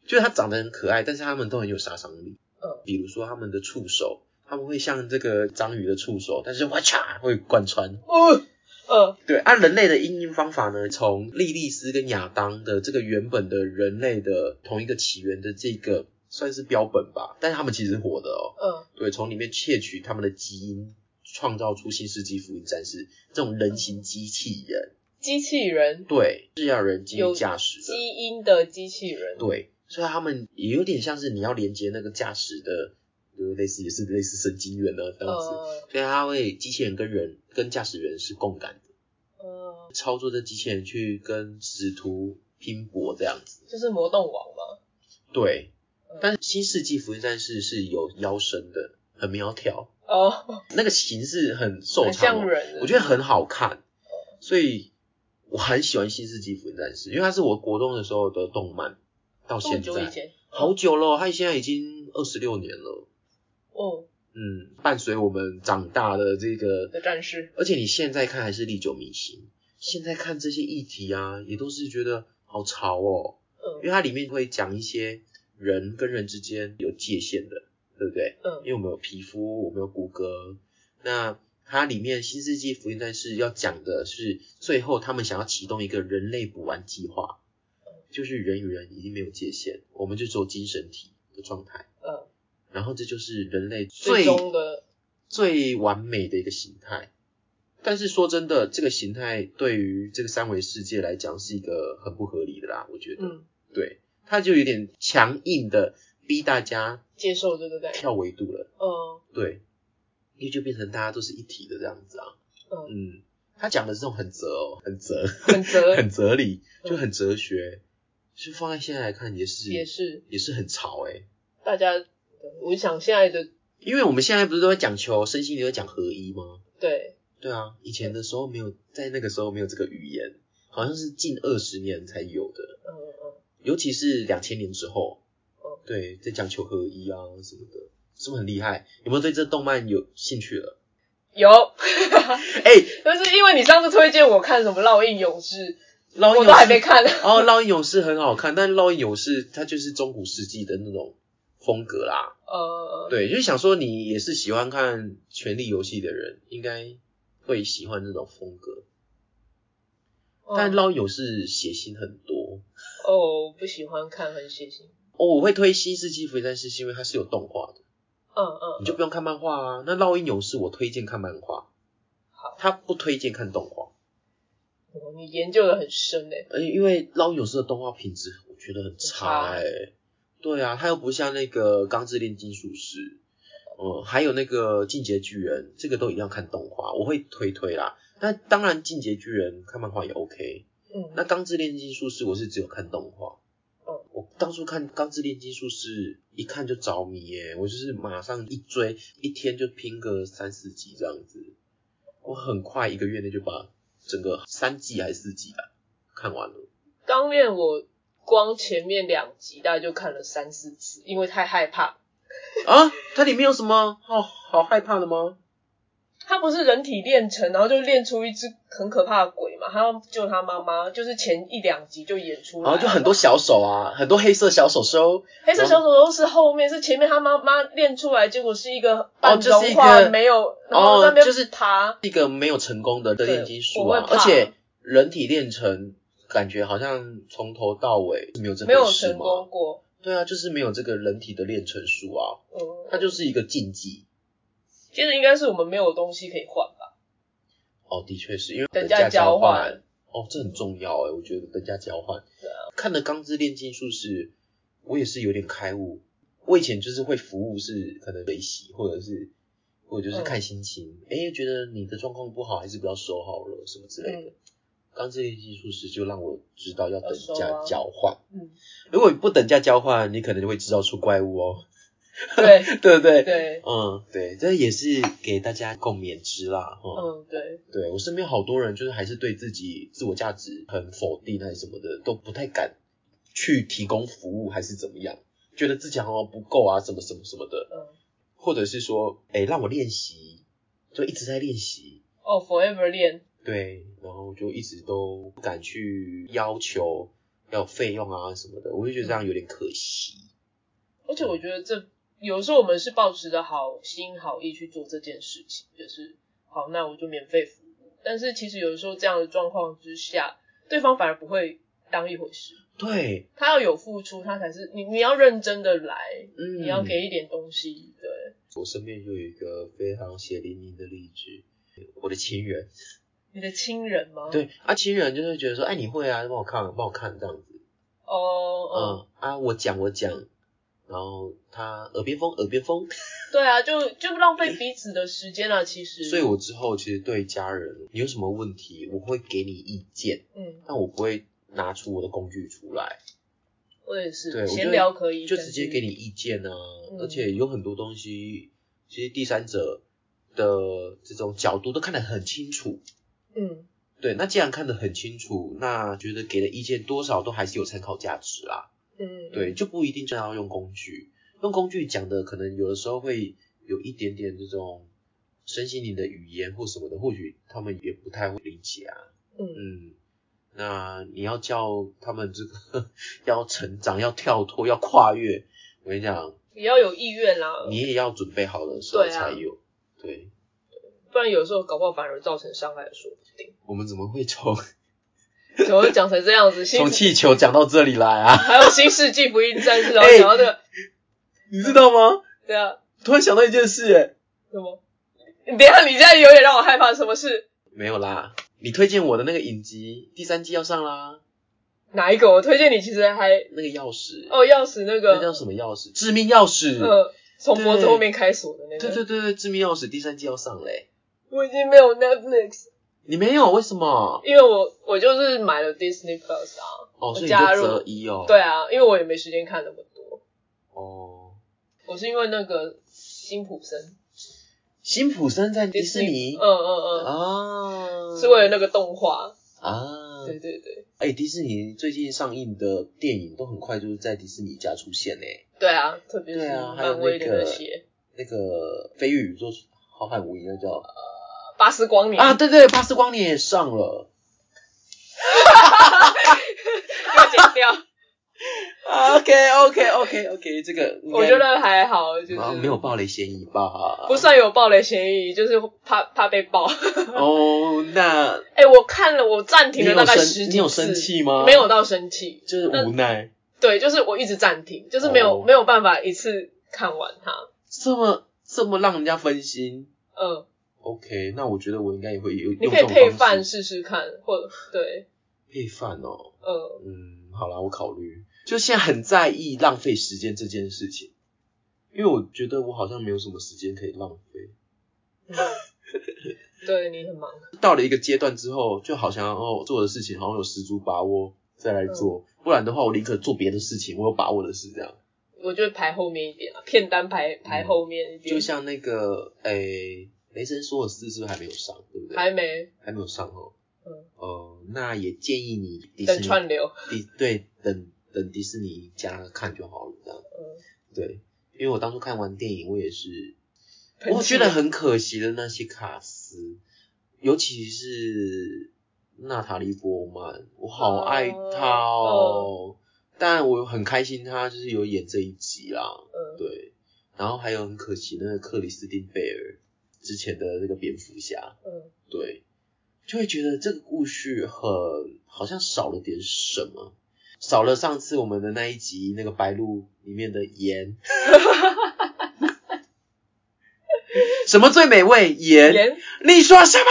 [SPEAKER 2] 就是他长得很可爱，但是他们都很有杀伤力。
[SPEAKER 1] 嗯
[SPEAKER 2] 比如说他们的触手，他们会像这个章鱼的触手，但是哇嚓会贯穿。
[SPEAKER 1] 嗯嗯
[SPEAKER 2] 对，按、人类的因应方法呢，从莉莉丝跟亚当的这个原本的人类的同一个起源的这个算是标本吧，但是他们其实是活的哦。
[SPEAKER 1] 嗯
[SPEAKER 2] 对，从里面窃取他们的基因，创造出新世纪福音战士这种人形机器人，
[SPEAKER 1] 机器人，
[SPEAKER 2] 对，是要人机
[SPEAKER 1] 有
[SPEAKER 2] 驾驶的，
[SPEAKER 1] 基因的机器人，
[SPEAKER 2] 对，所以他们也有点像是你要连接那个驾驶的，就是类似也是类似神经元啊这样子，
[SPEAKER 1] 嗯
[SPEAKER 2] 所以它会机器人跟人跟驾驶员是共感的，
[SPEAKER 1] 嗯，
[SPEAKER 2] 操作这机器人去跟使徒拼搏这样子，
[SPEAKER 1] 就是魔动王嘛，
[SPEAKER 2] 对
[SPEAKER 1] 嗯，
[SPEAKER 2] 但是新世纪福音战士是有腰身的，很苗条，
[SPEAKER 1] 哦，
[SPEAKER 2] 那个形式很瘦
[SPEAKER 1] 很
[SPEAKER 2] 长哦
[SPEAKER 1] 像人的，
[SPEAKER 2] 我觉得很好看，所以我很喜欢《新世纪福音战士》，因为它是我国中的时候的动漫，到
[SPEAKER 1] 这么
[SPEAKER 2] 现
[SPEAKER 1] 久以
[SPEAKER 2] 在
[SPEAKER 1] 前，
[SPEAKER 2] 好久了，它现在已经二十六年了。
[SPEAKER 1] 哦
[SPEAKER 2] 嗯，伴随我们长大的这个，
[SPEAKER 1] 的战士，
[SPEAKER 2] 而且你现在看还是历久弥新。现在看这些议题啊，也都是觉得好潮哦，因为
[SPEAKER 1] 嗯
[SPEAKER 2] 它里面会讲一些人跟人之间有界限的，对不对？
[SPEAKER 1] 嗯
[SPEAKER 2] 因为我们有皮肤，我们有骨骼。那它里面《新世纪福音战士》要讲的是，最后他们想要启动一个人类补完计划，就是人与人已经没有界限，我们就只有精神体的状态。
[SPEAKER 1] 嗯，
[SPEAKER 2] 然后这就是人类
[SPEAKER 1] 最
[SPEAKER 2] 最
[SPEAKER 1] 终的，
[SPEAKER 2] 最完美的一个形态。但是说真的，这个形态对于这个三维世界来讲是一个很不合理的啦，我觉得。
[SPEAKER 1] 嗯，
[SPEAKER 2] 对，它就有点强硬的逼大家
[SPEAKER 1] 接受这个概念，
[SPEAKER 2] 跳维度了。
[SPEAKER 1] 嗯
[SPEAKER 2] 对，因为就变成大家都是一体的这样子啊。
[SPEAKER 1] 嗯，
[SPEAKER 2] 嗯，他讲的这种很哲哦，很哲，
[SPEAKER 1] 很哲
[SPEAKER 2] 很哲理，
[SPEAKER 1] 嗯
[SPEAKER 2] 就很哲学，就放在现在来看也是
[SPEAKER 1] 也是
[SPEAKER 2] 也是很潮诶、
[SPEAKER 1] 大家，我想现在的
[SPEAKER 2] 因为我们现在不是都在讲求身心灵在讲合一吗？
[SPEAKER 1] 对，
[SPEAKER 2] 对啊，以前的时候没有，在那个时候没有这个语言，好像是近二十年才有的，
[SPEAKER 1] 嗯嗯
[SPEAKER 2] 尤其是两千年之后，
[SPEAKER 1] 嗯
[SPEAKER 2] 对，在讲求合一啊什么的，是不是很厉害？有没有对这动漫有兴趣了？
[SPEAKER 1] 有，
[SPEAKER 2] 哎、
[SPEAKER 1] 但是因为你上次推荐我看什么《烙印勇士》，
[SPEAKER 2] 老
[SPEAKER 1] 我都还没看，
[SPEAKER 2] 哦，烙印勇士很好看，但烙印勇士它就是中古世纪的那种风格啦。
[SPEAKER 1] 呃，
[SPEAKER 2] 对，就是想说你也是喜欢看权力游戏的人，应该会喜欢这种风格。
[SPEAKER 1] 嗯
[SPEAKER 2] 但烙印勇士血腥很多
[SPEAKER 1] 哦，我不喜欢看很血腥，
[SPEAKER 2] 哦，我会推新世纪福音战士，是因为它是有动画的，
[SPEAKER 1] 嗯嗯，
[SPEAKER 2] 你就不用看漫画啊。那烙印勇士我推荐看漫画，他不推荐看动画，
[SPEAKER 1] 哦你研究的很深欸诶，
[SPEAKER 2] 呃，因为烙印勇士的动画品质我觉得很差
[SPEAKER 1] 很差
[SPEAKER 2] 哎、对啊，它又不像那个《钢之炼金术师》，嗯，还有那个《进阶巨人》，这个都一样看动画，我会推推啦。那当然，《进阶巨人》看漫画也 OK。
[SPEAKER 1] 嗯，
[SPEAKER 2] 那《钢之炼金术师》我是只有看动画。
[SPEAKER 1] 嗯
[SPEAKER 2] 我当初看《钢之炼金术师》，一看就着迷耶、我就是马上一追，一天就拼个三四集这样子，我很快一个月内就把整个三季还是四季吧看完了。
[SPEAKER 1] 刚练我光前面两集大概就看了三四次，因为太害怕。
[SPEAKER 2] 啊，它里面有什么？哦，好害怕的吗？
[SPEAKER 1] 他不是人体炼成，然后就炼出一只很可怕的鬼嘛？他要救他妈妈，就是前一两集就演出来，
[SPEAKER 2] 哦然后就很多小手啊，很多黑色小手手，
[SPEAKER 1] 黑色小丑都是后面，是前面他妈妈练出来，结果是一个半
[SPEAKER 2] 哦就是
[SPEAKER 1] 融
[SPEAKER 2] 一
[SPEAKER 1] 化、
[SPEAKER 2] 个
[SPEAKER 1] 没有，然后在
[SPEAKER 2] 哦
[SPEAKER 1] 那，边
[SPEAKER 2] 就是
[SPEAKER 1] 爬，
[SPEAKER 2] 一个没有成功的的炼金术
[SPEAKER 1] 对我
[SPEAKER 2] 啊
[SPEAKER 1] 会，怕
[SPEAKER 2] 而且人体炼成感觉好像从头到尾没有这
[SPEAKER 1] 没有
[SPEAKER 2] 回事
[SPEAKER 1] 成
[SPEAKER 2] 嘛。
[SPEAKER 1] 功过。
[SPEAKER 2] 对啊，就是没有这个人体的炼成术啊，它
[SPEAKER 1] 嗯，
[SPEAKER 2] 就是一个禁忌。
[SPEAKER 1] 其实应该是我们没有东西可以换吧？
[SPEAKER 2] 哦，的确是因为
[SPEAKER 1] 等价
[SPEAKER 2] 价
[SPEAKER 1] 交
[SPEAKER 2] 换。哦，这很重要哎，我觉得等价交换。
[SPEAKER 1] 对啊
[SPEAKER 2] 看了《钢之炼金术士》，我也是有点开悟。我以前就是会服务是可能雷袭，或者是或
[SPEAKER 1] 嗯
[SPEAKER 2] 者就是看心情，哎、觉得你的状况不好，还是不要收好了什么之
[SPEAKER 1] 嗯
[SPEAKER 2] 类的。刚这些技术师就让我知道要等
[SPEAKER 1] 要收
[SPEAKER 2] 价
[SPEAKER 1] 啊
[SPEAKER 2] 交换，
[SPEAKER 1] 嗯，
[SPEAKER 2] 如果你不等价交换，你可能就会制造出怪物哦，
[SPEAKER 1] 对
[SPEAKER 2] 对不对？
[SPEAKER 1] 对，
[SPEAKER 2] 嗯，对，这也是给大家共勉之啦。嗯，
[SPEAKER 1] 嗯对，
[SPEAKER 2] 对我身边好多人就是还是对自己自我价值很否定还是什么的，都不太敢去提供服务还是怎么样，觉得自己好像不够啊，什么什么什么的，
[SPEAKER 1] 嗯，
[SPEAKER 2] 或者是说，哎，让我练习，就一直在练习，
[SPEAKER 1] 哦，forever 练，
[SPEAKER 2] 对，然后就一直都不敢去要求要有费用啊什么的，我就觉得这样有点可惜。
[SPEAKER 1] 而且我觉得这有时候我们是抱持着好心好意去做这件事情，就是好，那我就免费服务。但是其实有的时候这样的状况之下，对方反而不会当一回事。
[SPEAKER 2] 对，
[SPEAKER 1] 他要有付出，他才是你你要认真的来，
[SPEAKER 2] 嗯，
[SPEAKER 1] 你要给一点东西，对，
[SPEAKER 2] 我身边就有一个非常血淋淋的例子，我的亲人。
[SPEAKER 1] 你的亲人吗？，
[SPEAKER 2] 对啊，亲人就会觉得说，哎，你会啊，帮我看，帮我看这样子。
[SPEAKER 1] 哦，哦，
[SPEAKER 2] 嗯啊，我讲我讲，然后他耳边风耳边风，
[SPEAKER 1] 对啊，就就浪费彼此的时间啊，其实。
[SPEAKER 2] 所以我之后其实对家人，你有什么问题，我会给你意见，
[SPEAKER 1] 嗯，
[SPEAKER 2] 但我不会拿出我的工具出来，
[SPEAKER 1] 我也是，
[SPEAKER 2] 对我觉得
[SPEAKER 1] 闲聊可以，
[SPEAKER 2] 就
[SPEAKER 1] 但
[SPEAKER 2] 直接
[SPEAKER 1] 是
[SPEAKER 2] 给你意见啊。
[SPEAKER 1] 嗯
[SPEAKER 2] 而且有很多东西，其实第三者的这种角度都看得很清楚。
[SPEAKER 1] 嗯，
[SPEAKER 2] 对，那既然看得很清楚，那觉得给的意见多少都还是有参考价值啊啦。
[SPEAKER 1] 嗯，
[SPEAKER 2] 对，，就不一定真的要用工具。用工具讲的可能有的时候会有一点点这种身心灵的语言或什么的，或许他们也不太会理解啊。
[SPEAKER 1] 嗯，
[SPEAKER 2] 嗯，那你要叫他们这个要成长、要跳脱、要跨越，我跟你讲，
[SPEAKER 1] 也要有意愿啦，
[SPEAKER 2] 你也要准备好的时候
[SPEAKER 1] 对啊
[SPEAKER 2] 才有。对，
[SPEAKER 1] 不然有时候搞不好反而造成伤害，说不定。
[SPEAKER 2] 我们怎么会 从
[SPEAKER 1] 怎么会讲成这样子？新
[SPEAKER 2] 从气球讲到这里来 啊？
[SPEAKER 1] 还有新世纪福音战士，然
[SPEAKER 2] 哎
[SPEAKER 1] 后讲到这个，
[SPEAKER 2] 你知道吗？
[SPEAKER 1] 对啊，
[SPEAKER 2] 突然想到一件事、欸，
[SPEAKER 1] 什么？你等一下，你现在有点让我害怕，什么事？
[SPEAKER 2] 没有啦，你推荐我的那个影集第三季要上啦，
[SPEAKER 1] 哪一个？我推荐你，其实还
[SPEAKER 2] 那个钥匙。
[SPEAKER 1] 哦，钥匙那
[SPEAKER 2] 那
[SPEAKER 1] 个
[SPEAKER 2] 叫，什么钥匙？致命钥匙。
[SPEAKER 1] 呃，从脖子后面开锁的那个。
[SPEAKER 2] 对对对对，致命钥匙第三季要上嘞、
[SPEAKER 1] 我已经没有 Netflix，
[SPEAKER 2] 你没有？为什么？
[SPEAKER 1] 因为我我就是买了 Disney Plus 啊。
[SPEAKER 2] 哦，所以你
[SPEAKER 1] 加
[SPEAKER 2] 就
[SPEAKER 1] 入
[SPEAKER 2] 择一哦。
[SPEAKER 1] 对。啊，因为我也没时间看那么多。
[SPEAKER 2] 哦，
[SPEAKER 1] 我是因为那个辛普森
[SPEAKER 2] 辛普森在迪士尼
[SPEAKER 1] 嗯嗯
[SPEAKER 2] 啊，
[SPEAKER 1] 嗯，是为了那个动画。
[SPEAKER 2] 啊。
[SPEAKER 1] 对对对，
[SPEAKER 2] 哎、迪士尼最近上映的电影都很快就是在迪士尼家出现嘞、
[SPEAKER 1] 对啊，特别是
[SPEAKER 2] 对啊还有
[SPEAKER 1] 漫威的
[SPEAKER 2] 那个
[SPEAKER 1] 那些
[SPEAKER 2] 那个《飞越宇宙浩瀚无垠》那叫
[SPEAKER 1] 巴斯光年
[SPEAKER 2] 啊，，对对，《巴斯光年》也上了
[SPEAKER 1] 要剪掉。
[SPEAKER 2] 啊。OK OK OK OK，这个 应该
[SPEAKER 1] 我觉得还好，就是、
[SPEAKER 2] 啊没有暴雷嫌疑吧？
[SPEAKER 1] 不算有暴雷嫌疑，就是怕怕被爆。
[SPEAKER 2] 哦，那
[SPEAKER 1] 哎、我看了，我暂停了大概
[SPEAKER 2] 你有生
[SPEAKER 1] 十几次。
[SPEAKER 2] 你有生气吗
[SPEAKER 1] 没有到生气，
[SPEAKER 2] 就是无奈，
[SPEAKER 1] 对，就是我一直暂停，就是没有、
[SPEAKER 2] 哦
[SPEAKER 1] 没有办法一次看完它。
[SPEAKER 2] 这么这么让人家分心。
[SPEAKER 1] 嗯，
[SPEAKER 2] OK，那我觉得我应该也会有
[SPEAKER 1] 你
[SPEAKER 2] 用
[SPEAKER 1] 可以
[SPEAKER 2] 这种
[SPEAKER 1] 配
[SPEAKER 2] 方
[SPEAKER 1] 饭
[SPEAKER 2] 式
[SPEAKER 1] 试试看，或对，
[SPEAKER 2] 配饭哦。
[SPEAKER 1] 嗯，
[SPEAKER 2] 嗯，好啦，我考虑。就现在很在意浪费时间这件事情，因为我觉得我好像没有什么时间可以浪费。
[SPEAKER 1] 嗯对你很忙，
[SPEAKER 2] 到了一个阶段之后，就好像哦做的事情好像有十足把握再来做，不然的话我宁可做别的事情，我有把握的事这样。
[SPEAKER 1] 我就排后面一点啊，片单排排后面一点，
[SPEAKER 2] 嗯就像那个诶，雷神说的四是不是还没有上，对不对？
[SPEAKER 1] 还没
[SPEAKER 2] 还没有上哦。
[SPEAKER 1] 嗯
[SPEAKER 2] 呃，那也建议你迪士
[SPEAKER 1] 等
[SPEAKER 2] 尼
[SPEAKER 1] 串流。
[SPEAKER 2] 迪对等等迪士尼加看就好了，这样
[SPEAKER 1] 嗯，
[SPEAKER 2] 对。因为我当初看完电影，我也是，
[SPEAKER 1] 喷
[SPEAKER 2] 我
[SPEAKER 1] 气
[SPEAKER 2] 觉得很可惜的那些卡司，尤其是娜塔莉波曼，我好爱她哦。但我很开心她就是有演这一集啦，
[SPEAKER 1] 嗯，
[SPEAKER 2] 对。然后还有很可惜那个克里斯汀贝尔之前的那个蝙蝠侠，
[SPEAKER 1] 嗯
[SPEAKER 2] 对，就会觉得这个故事很好像少了点什么，少了上次我们的那一集那个白鹿里面的 盐，什么最美味盐？
[SPEAKER 1] 盐，
[SPEAKER 2] 你说什么？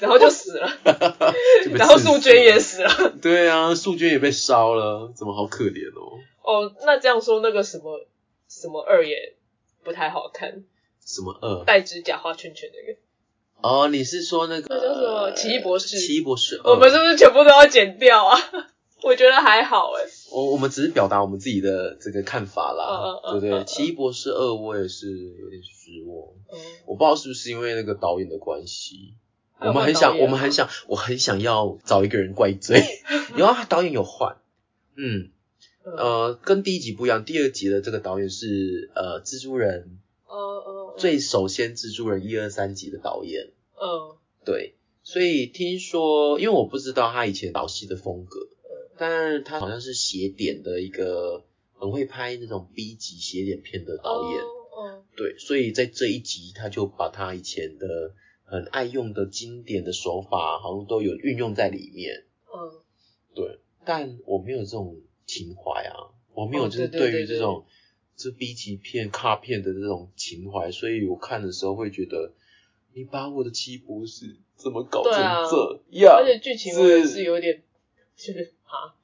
[SPEAKER 1] 然后就死了，
[SPEAKER 2] 就 被
[SPEAKER 1] 然后
[SPEAKER 2] 刺死
[SPEAKER 1] 素娟也死了。
[SPEAKER 2] 对啊，素娟也被烧了，怎么好可怜哦？
[SPEAKER 1] 哦，那这样说那个什么什么二也不太好看，
[SPEAKER 2] 什么二？
[SPEAKER 1] 戴指甲画圈圈那个，
[SPEAKER 2] 哦，你是说那个
[SPEAKER 1] 那叫什么奇异博士
[SPEAKER 2] 奇异博士二，
[SPEAKER 1] 我们是不是全部都要剪掉啊？ 我觉得还好哎、
[SPEAKER 2] 哦我我们只是表达我们自己的这个看法啦，
[SPEAKER 1] 嗯嗯嗯
[SPEAKER 2] 对不
[SPEAKER 1] 嗯
[SPEAKER 2] 对？
[SPEAKER 1] 嗯
[SPEAKER 2] 奇异博士二我也是有点失望，
[SPEAKER 1] 嗯
[SPEAKER 2] 我不知道是不是因为那个导演的关系。
[SPEAKER 1] 还有
[SPEAKER 2] 我们
[SPEAKER 1] 换
[SPEAKER 2] 很
[SPEAKER 1] 导
[SPEAKER 2] 想，
[SPEAKER 1] 演啊
[SPEAKER 2] 我们很想，我很想要找一个人怪 罪。有啊，导演有换，嗯，
[SPEAKER 1] 嗯
[SPEAKER 2] 呃，跟第一集不一样，第二集的这个导演是呃蜘蛛人
[SPEAKER 1] 哦哦，嗯
[SPEAKER 2] 最首先蜘蛛人一二三集的导演，
[SPEAKER 1] 嗯
[SPEAKER 2] 对，所以听说，因为我不知道他以前导戏的风格，但是他好像是斜点的一个很会拍那种 B 级斜点片的导演，
[SPEAKER 1] 哦
[SPEAKER 2] 对，所以在这一集他就把他以前的很爱用的经典的手法，好像都有运用在里面。
[SPEAKER 1] 嗯
[SPEAKER 2] 对，但我没有这种情怀啊，我没有
[SPEAKER 1] 哦
[SPEAKER 2] 就是
[SPEAKER 1] 对对
[SPEAKER 2] 对
[SPEAKER 1] 对
[SPEAKER 2] 于这
[SPEAKER 1] 对
[SPEAKER 2] 种这 B 级片、卡片的这种情怀，所以我看的时候会觉得，你把我的七博士怎么搞成
[SPEAKER 1] 对啊
[SPEAKER 2] 这
[SPEAKER 1] 嗯，
[SPEAKER 2] 样？
[SPEAKER 1] 而且剧情我也
[SPEAKER 2] 是
[SPEAKER 1] 是有点，就是啊，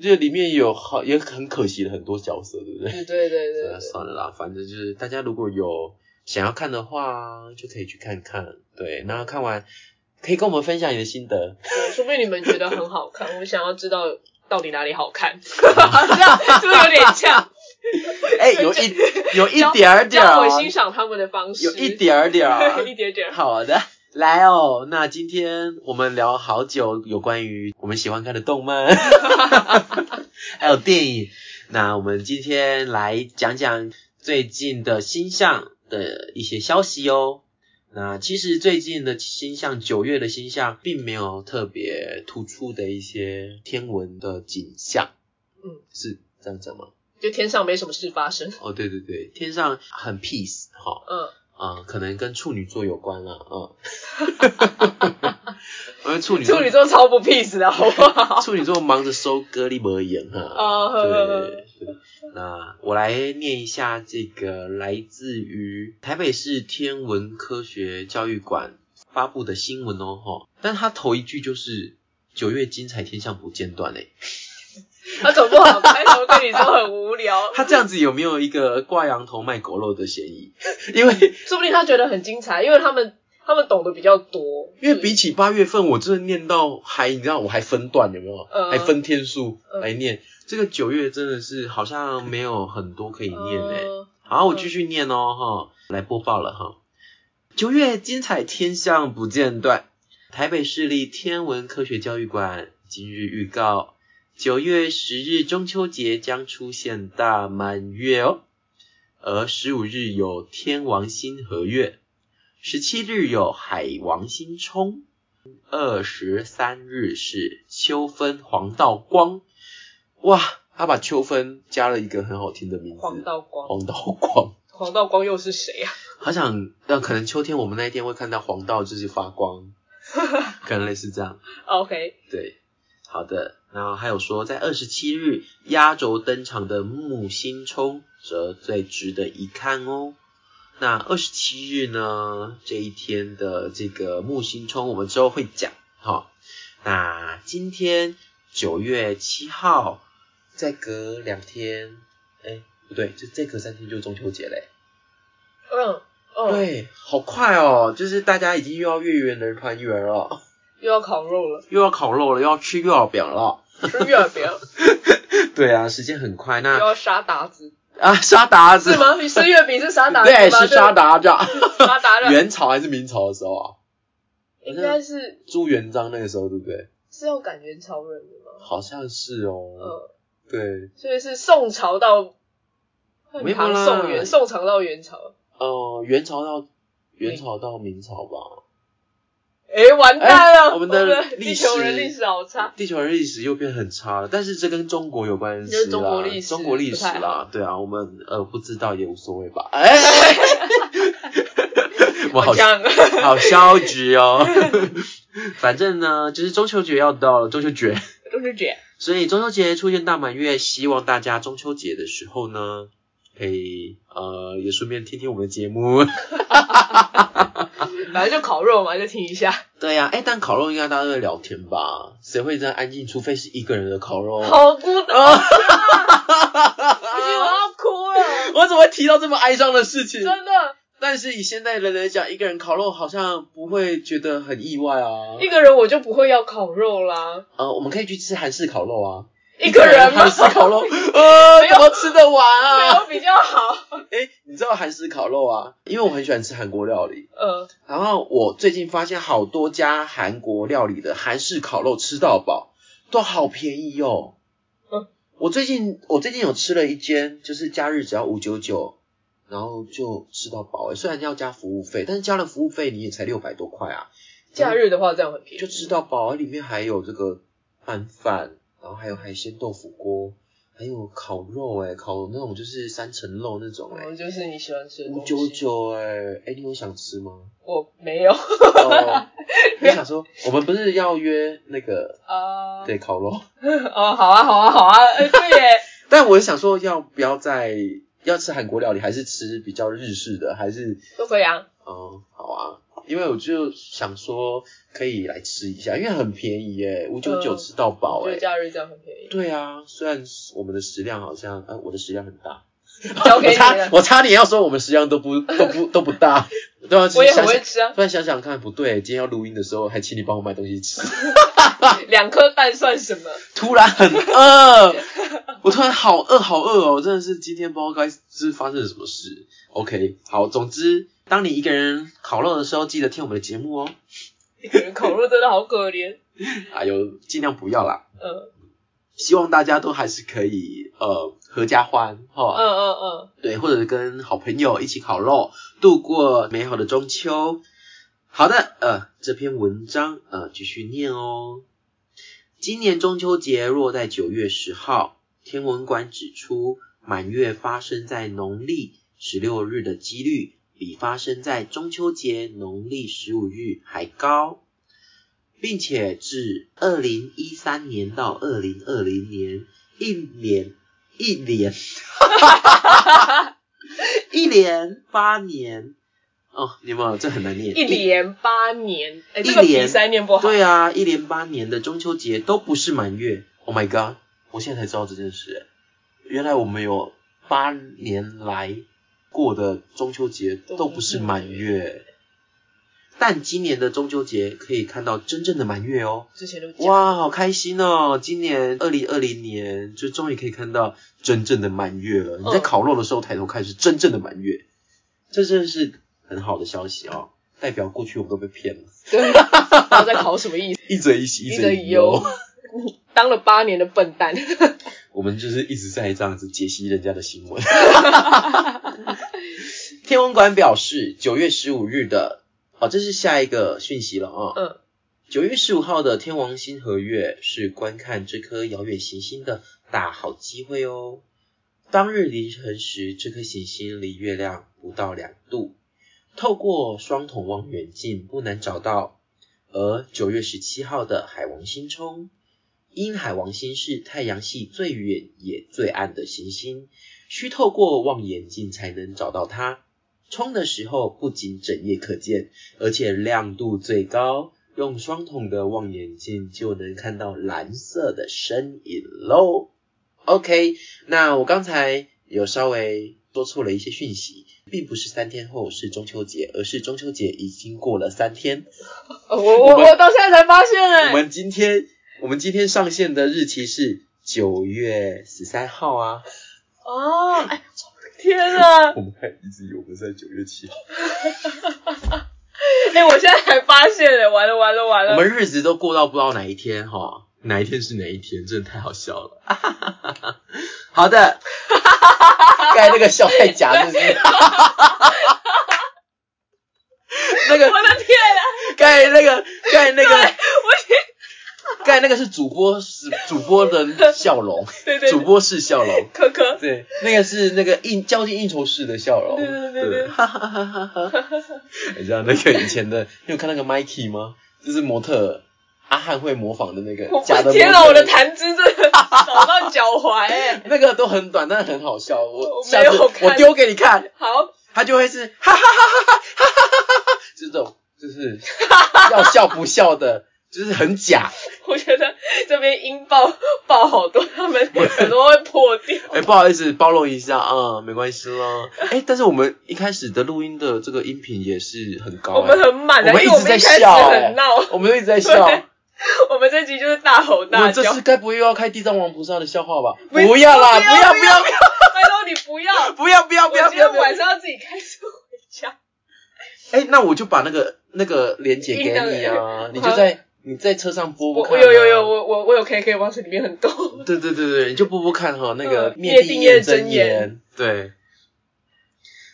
[SPEAKER 2] 这里面有好也很可惜的很多角色，对不对？
[SPEAKER 1] 对对对对
[SPEAKER 2] 算了，算了啦，反正就是大家如果有想要看的话，就可以去看看。对，那看完可以跟我们分享你的心 得。
[SPEAKER 1] 对说不定你们觉得很好看，我想要知道到底哪里好看， 这样是不是有点像？
[SPEAKER 2] 哎、有一有 一点儿点儿
[SPEAKER 1] 教
[SPEAKER 2] 哦
[SPEAKER 1] 我，欣赏他们的方式，
[SPEAKER 2] 有一点儿啊 点儿
[SPEAKER 1] 一点点儿，
[SPEAKER 2] 好的，来哦。那今天我们聊好久有关于我们喜欢看的动漫， 还有电影。那我们今天来讲讲最近的星象的一些消息哦。那其实最近的星象，九月的星象并没有特别突出的一些天文的景象，
[SPEAKER 1] 嗯，
[SPEAKER 2] 是这样讲吗？
[SPEAKER 1] 就天上没什么事发生。
[SPEAKER 2] 哦，对对对，天上很 peace 哈、
[SPEAKER 1] 嗯，
[SPEAKER 2] 啊、可能跟处女座有关啦， 啊、因为处女座
[SPEAKER 1] 处女座超不 peace 的好不 好？
[SPEAKER 2] 处女座忙着收割利摩眼哈。
[SPEAKER 1] 哦呵呵呵
[SPEAKER 2] 对对，那我来念一下这个来自于台北市天文科学教育馆发布的新闻哦，哈，但它头一句就是九月精彩天象不间断欸诶，
[SPEAKER 1] 他总不好开头跟你说很无聊，
[SPEAKER 2] 它这样子有没有一个挂羊头卖狗肉的嫌疑？ 因为
[SPEAKER 1] 说不定他觉得很精彩，因为他们他们懂得比较多，
[SPEAKER 2] 因为比起八月份，我真的念到还，你知道我还分段有没有？
[SPEAKER 1] 嗯
[SPEAKER 2] 还分天数
[SPEAKER 1] 嗯
[SPEAKER 2] 来念。这个九月真的是好像没有很多可以念欸诶、
[SPEAKER 1] 嗯
[SPEAKER 2] 好，我继续念哦，哈，来播报了哈。九月精彩天象不间断，台北市立天文科学教育馆今日预告，九月十日中秋节将出现大满月哦，而十五日有天王星合月，十七日有海王星冲，二十三日是秋分黄道光。哇，他把秋分加了一个很好听的名字，
[SPEAKER 1] 黄道光，
[SPEAKER 2] 黄道光，
[SPEAKER 1] 黄道光又是谁 啊？
[SPEAKER 2] 好想，那可能秋天我们那一天会看到黄道就是发光，可能类似这样。
[SPEAKER 1] 哦 OK，
[SPEAKER 2] 对，好的。然后还有说，在二十七日压轴登场的木星冲，则最值得一看哦。那二十七日呢，这一天的这个木星冲，我们之后会讲哈、那今天九月七号，再隔两天，哎，不对，就再隔三天就中秋节嘞。
[SPEAKER 1] 嗯，哦，，
[SPEAKER 2] 对，好快哦，就是大家已经又要月圆人团圆了，
[SPEAKER 1] 又要烤肉 了，
[SPEAKER 2] 又要烤肉了，又要吃月老饼了。
[SPEAKER 1] 吃月饼，
[SPEAKER 2] 啊对啊，时间很快。
[SPEAKER 1] 又
[SPEAKER 2] 那
[SPEAKER 1] 要杀达子，
[SPEAKER 2] 啊，沙达子
[SPEAKER 1] 是？ 吗？你吃月饼是杀达子
[SPEAKER 2] 对，
[SPEAKER 1] 吗？
[SPEAKER 2] 是沙达子。
[SPEAKER 1] 对杀达人，
[SPEAKER 2] 元朝还是明朝的时候啊？
[SPEAKER 1] 应该是
[SPEAKER 2] 朱元璋那个时候，对不对？
[SPEAKER 1] 是要赶元朝人的吗？
[SPEAKER 2] 好像是哦。
[SPEAKER 1] 嗯，
[SPEAKER 2] 对，
[SPEAKER 1] 所以是宋朝到
[SPEAKER 2] 没有啦
[SPEAKER 1] 唐宋元，宋朝到元朝。
[SPEAKER 2] 呃，元朝到元朝到明朝吧。
[SPEAKER 1] 哎，完蛋了！
[SPEAKER 2] 哎我们的
[SPEAKER 1] 的
[SPEAKER 2] 历
[SPEAKER 1] 地
[SPEAKER 2] 史
[SPEAKER 1] 球人历史好差。
[SPEAKER 2] 地球人历史又变很差了，但是这跟中国有关系
[SPEAKER 1] 就
[SPEAKER 2] 啦，
[SPEAKER 1] 是中国历史
[SPEAKER 2] 中国历史
[SPEAKER 1] 不太
[SPEAKER 2] 啦，对啊，我们呃不知道也无所谓 吧，哎，我好
[SPEAKER 1] 像
[SPEAKER 2] 好消极 哦。反正呢，就是中秋节要到了，中秋节，
[SPEAKER 1] 都是这样。
[SPEAKER 2] 所以中秋节出现大满月，希望大家中秋节的时候呢，可以呃也顺便听听我们的节目。
[SPEAKER 1] 反正就烤肉嘛，就听一下，
[SPEAKER 2] 对呀、哎、但烤肉应该大家都在聊天吧？谁会这样安静？除非是一个人的烤肉。
[SPEAKER 1] 好孤单啊！ 不行，我要哭了，
[SPEAKER 2] 我怎么会提到这么哀伤的事情？
[SPEAKER 1] 真的。
[SPEAKER 2] 但是以现代人来讲，一个人烤肉好像不会觉得很意外啊。
[SPEAKER 1] 一个人我就不会要烤肉啦，
[SPEAKER 2] 呃，我们可以去吃韩式烤肉啊。
[SPEAKER 1] 一个人吗
[SPEAKER 2] 韩？式 烤肉，呃，怎么吃得完
[SPEAKER 1] 没有
[SPEAKER 2] 啊？
[SPEAKER 1] 比较 好。
[SPEAKER 2] 哎，你知道韩式烤肉啊？因为我很喜欢吃韩国料理，
[SPEAKER 1] 呃，
[SPEAKER 2] 然后我最近发现好多家韩国料理的韩式烤肉吃到饱，都好便宜哦
[SPEAKER 1] 嗯。
[SPEAKER 2] 我最近我最近有吃了一间，就是假日只要五九九，然后就吃到饱哎，虽然要加服务费，但是加了服务费你也才六百多块啊，
[SPEAKER 1] 假日的话这样很便宜，
[SPEAKER 2] 就吃到饱啊，里面还有这个拌饭，然后还有海鲜豆腐锅，还有烤肉哎，烤那种就是三层肉那种
[SPEAKER 1] 可
[SPEAKER 2] 哎，
[SPEAKER 1] 能就是你喜欢吃的
[SPEAKER 2] 五
[SPEAKER 1] 东西。
[SPEAKER 2] 九，九哎，哎你有想 吃吗？
[SPEAKER 1] 我没有
[SPEAKER 2] 哦，我想说，我们不是要约那个
[SPEAKER 1] 啊。
[SPEAKER 2] 对烤肉，
[SPEAKER 1] 哦，好啊，好啊，好啊，呃，对耶，
[SPEAKER 2] 但我想说，要不要在要吃韩国料理，还是吃比较日式的，还是
[SPEAKER 1] 都可以啊。
[SPEAKER 2] 嗯好啊？因为我就想说可以来吃一下，因为很便宜耶，五九九
[SPEAKER 1] 嗯
[SPEAKER 2] 吃到饱
[SPEAKER 1] 我觉
[SPEAKER 2] 哎
[SPEAKER 1] 得。假日这样很 便宜。
[SPEAKER 2] 对啊，虽然我们的食量好像，呃，我的食量很大，
[SPEAKER 1] 交给
[SPEAKER 2] 我
[SPEAKER 1] 你
[SPEAKER 2] 差
[SPEAKER 1] 了，
[SPEAKER 2] 我差点要说我们食量都不都不都不 大，对啊，
[SPEAKER 1] 我也很
[SPEAKER 2] 想
[SPEAKER 1] 会
[SPEAKER 2] 想，
[SPEAKER 1] 吃啊，
[SPEAKER 2] 突然想想看，不对，今天要录音的时候还请你帮我买东西吃。
[SPEAKER 1] 两颗蛋算什么？
[SPEAKER 2] 突然很饿，我突然好饿好饿哦，真的是今天不知道该是发生了什么事。OK，好，总之，当你一个人烤肉的时候，记得听我们的节目哦。
[SPEAKER 1] 一个人烤肉真的好可怜。
[SPEAKER 2] 哎呦，尽量不要啦，
[SPEAKER 1] 嗯
[SPEAKER 2] 希望大家都还是可以呃合家欢
[SPEAKER 1] 嗯
[SPEAKER 2] 哈，
[SPEAKER 1] 嗯嗯，
[SPEAKER 2] 对，或者跟好朋友一起烤肉，度过美好的中秋。好的，呃，这篇文章呃继续念哦。今年中秋节落在九月十号，天文馆指出，满月发生在农历十六日的几率比发生在中秋节农历十五日还高，并且至二零一三年到二零二零年一年一年， 一连八年哦，你们这很难念，
[SPEAKER 1] 一连八年，哎，这
[SPEAKER 2] 一
[SPEAKER 1] 个
[SPEAKER 2] 连
[SPEAKER 1] 比赛念不好。
[SPEAKER 2] 对啊，一连八年的中秋节都不是满月。Oh my god！我现在才知道这件事，原来我们有八年来过的中秋节都不是满月。但今年的中秋节可以看到真正的满月哦，
[SPEAKER 1] 之前都讲
[SPEAKER 2] 哇，好开心哦！今年二零二零年就终于可以看到真正的满月了。你在
[SPEAKER 1] 嗯
[SPEAKER 2] 烤肉的时候抬头看是真正的满月，这真的是很好的消息哦，代表过去我们都被骗了，
[SPEAKER 1] 对，然后在考什么意思？
[SPEAKER 2] 一则一喜，
[SPEAKER 1] 一
[SPEAKER 2] 则
[SPEAKER 1] 则
[SPEAKER 2] 一
[SPEAKER 1] 一
[SPEAKER 2] 忧
[SPEAKER 1] 忧。，当了八年的笨 蛋。
[SPEAKER 2] 我们就是一直在这样子解析人家的新闻。天文馆表示，九月十五日的，哦，这是下一个讯息了啊、
[SPEAKER 1] 嗯，
[SPEAKER 2] 九月十五号的天王星合月是观看这颗遥远行星的大好机会哦。当日凌晨时，这颗行星离月亮不到两度，透过双筒望远镜不难找到。而九月十七号的海王星冲，因海王星是太阳系最远也最暗的行星，需透过望远镜才能找到它。冲的时候不仅整夜可见，而且亮度最高，用双筒的望远镜就能看到蓝色的身影喽。OK，那我刚才有稍微说错了一些讯息，并不是三天后是中秋节，而是中秋节已经过了三天。呃
[SPEAKER 1] 我我我到现在才发现
[SPEAKER 2] 我
[SPEAKER 1] 哎，
[SPEAKER 2] 们今天我们今天上线的日期是九月十三号啊。
[SPEAKER 1] 哦，哎，天啊！
[SPEAKER 2] 我们还一直以为我们在九月七号，
[SPEAKER 1] 哎，我现在才发现哎，完了完了 完
[SPEAKER 2] 我
[SPEAKER 1] 了。
[SPEAKER 2] 们日子都过到不知道哪一天哈，哪一天是哪一天，真的太好笑了。好的，刚才那个笑太假，是不是？那个
[SPEAKER 1] 我的天啊！
[SPEAKER 2] 刚才那个刚才那
[SPEAKER 1] 对，
[SPEAKER 2] 个
[SPEAKER 1] 我
[SPEAKER 2] 刚才那个是主播是主播的笑容，
[SPEAKER 1] 对对
[SPEAKER 2] 主
[SPEAKER 1] 对，
[SPEAKER 2] 播是笑容。
[SPEAKER 1] 科科，
[SPEAKER 2] 对，那个是那个应较劲应酬式的笑容，
[SPEAKER 1] 对对对对
[SPEAKER 2] 哈哈哈哈哈哈。你知道那个以前的，你有看那个 Mikey 吗？就是模特儿阿汉会模仿的那个
[SPEAKER 1] 我
[SPEAKER 2] 假的模特儿，
[SPEAKER 1] 天啊，我的谈资真的少到脚踝哎。
[SPEAKER 2] 那个都很短，但是很好笑。我
[SPEAKER 1] 我
[SPEAKER 2] 下
[SPEAKER 1] 没
[SPEAKER 2] 次
[SPEAKER 1] 有看
[SPEAKER 2] 我丢给你看，
[SPEAKER 1] 好，
[SPEAKER 2] 他就会是哈哈哈哈哈哈哈哈哈，这种就是要笑不笑的，就是很假。
[SPEAKER 1] 我觉得这边音爆爆好多，他们耳朵会破掉。
[SPEAKER 2] 哎、不好意思，包容一下啊、没关系啦。哎、但是我们一开始的录音的这个音频也是很高、
[SPEAKER 1] 我们很 满的，
[SPEAKER 2] 我们
[SPEAKER 1] 因
[SPEAKER 2] 一
[SPEAKER 1] 为我
[SPEAKER 2] 直
[SPEAKER 1] 们
[SPEAKER 2] 在
[SPEAKER 1] 一开始
[SPEAKER 2] 笑哎
[SPEAKER 1] 很闹，
[SPEAKER 2] 我们都一直在笑。
[SPEAKER 1] 对我们这集就是大吼
[SPEAKER 2] 我
[SPEAKER 1] 大
[SPEAKER 2] 们这
[SPEAKER 1] 叫。
[SPEAKER 2] 次该不会又要开地藏王菩萨的笑话吧？
[SPEAKER 1] 不
[SPEAKER 2] 不要啦，
[SPEAKER 1] 不
[SPEAKER 2] 不
[SPEAKER 1] 要
[SPEAKER 2] 要不要不要
[SPEAKER 1] 拜托你不要，
[SPEAKER 2] 不要不要不
[SPEAKER 1] 我
[SPEAKER 2] 要
[SPEAKER 1] 今
[SPEAKER 2] 不
[SPEAKER 1] 天
[SPEAKER 2] 要不要！
[SPEAKER 1] 晚上要自己开车回家。
[SPEAKER 2] 哎，那我就把那个那个链接给 你啊，你就在你在车上播播
[SPEAKER 1] 我
[SPEAKER 2] 看、
[SPEAKER 1] 我
[SPEAKER 2] 啊。嗯
[SPEAKER 1] 有有有，。我我我有 KK 包里面很多。
[SPEAKER 2] 对对对对，你就播播看哈，那个
[SPEAKER 1] 嗯
[SPEAKER 2] 灭
[SPEAKER 1] 灭定
[SPEAKER 2] 定
[SPEAKER 1] 业
[SPEAKER 2] 业
[SPEAKER 1] 真
[SPEAKER 2] 真
[SPEAKER 1] 言
[SPEAKER 2] 言。对，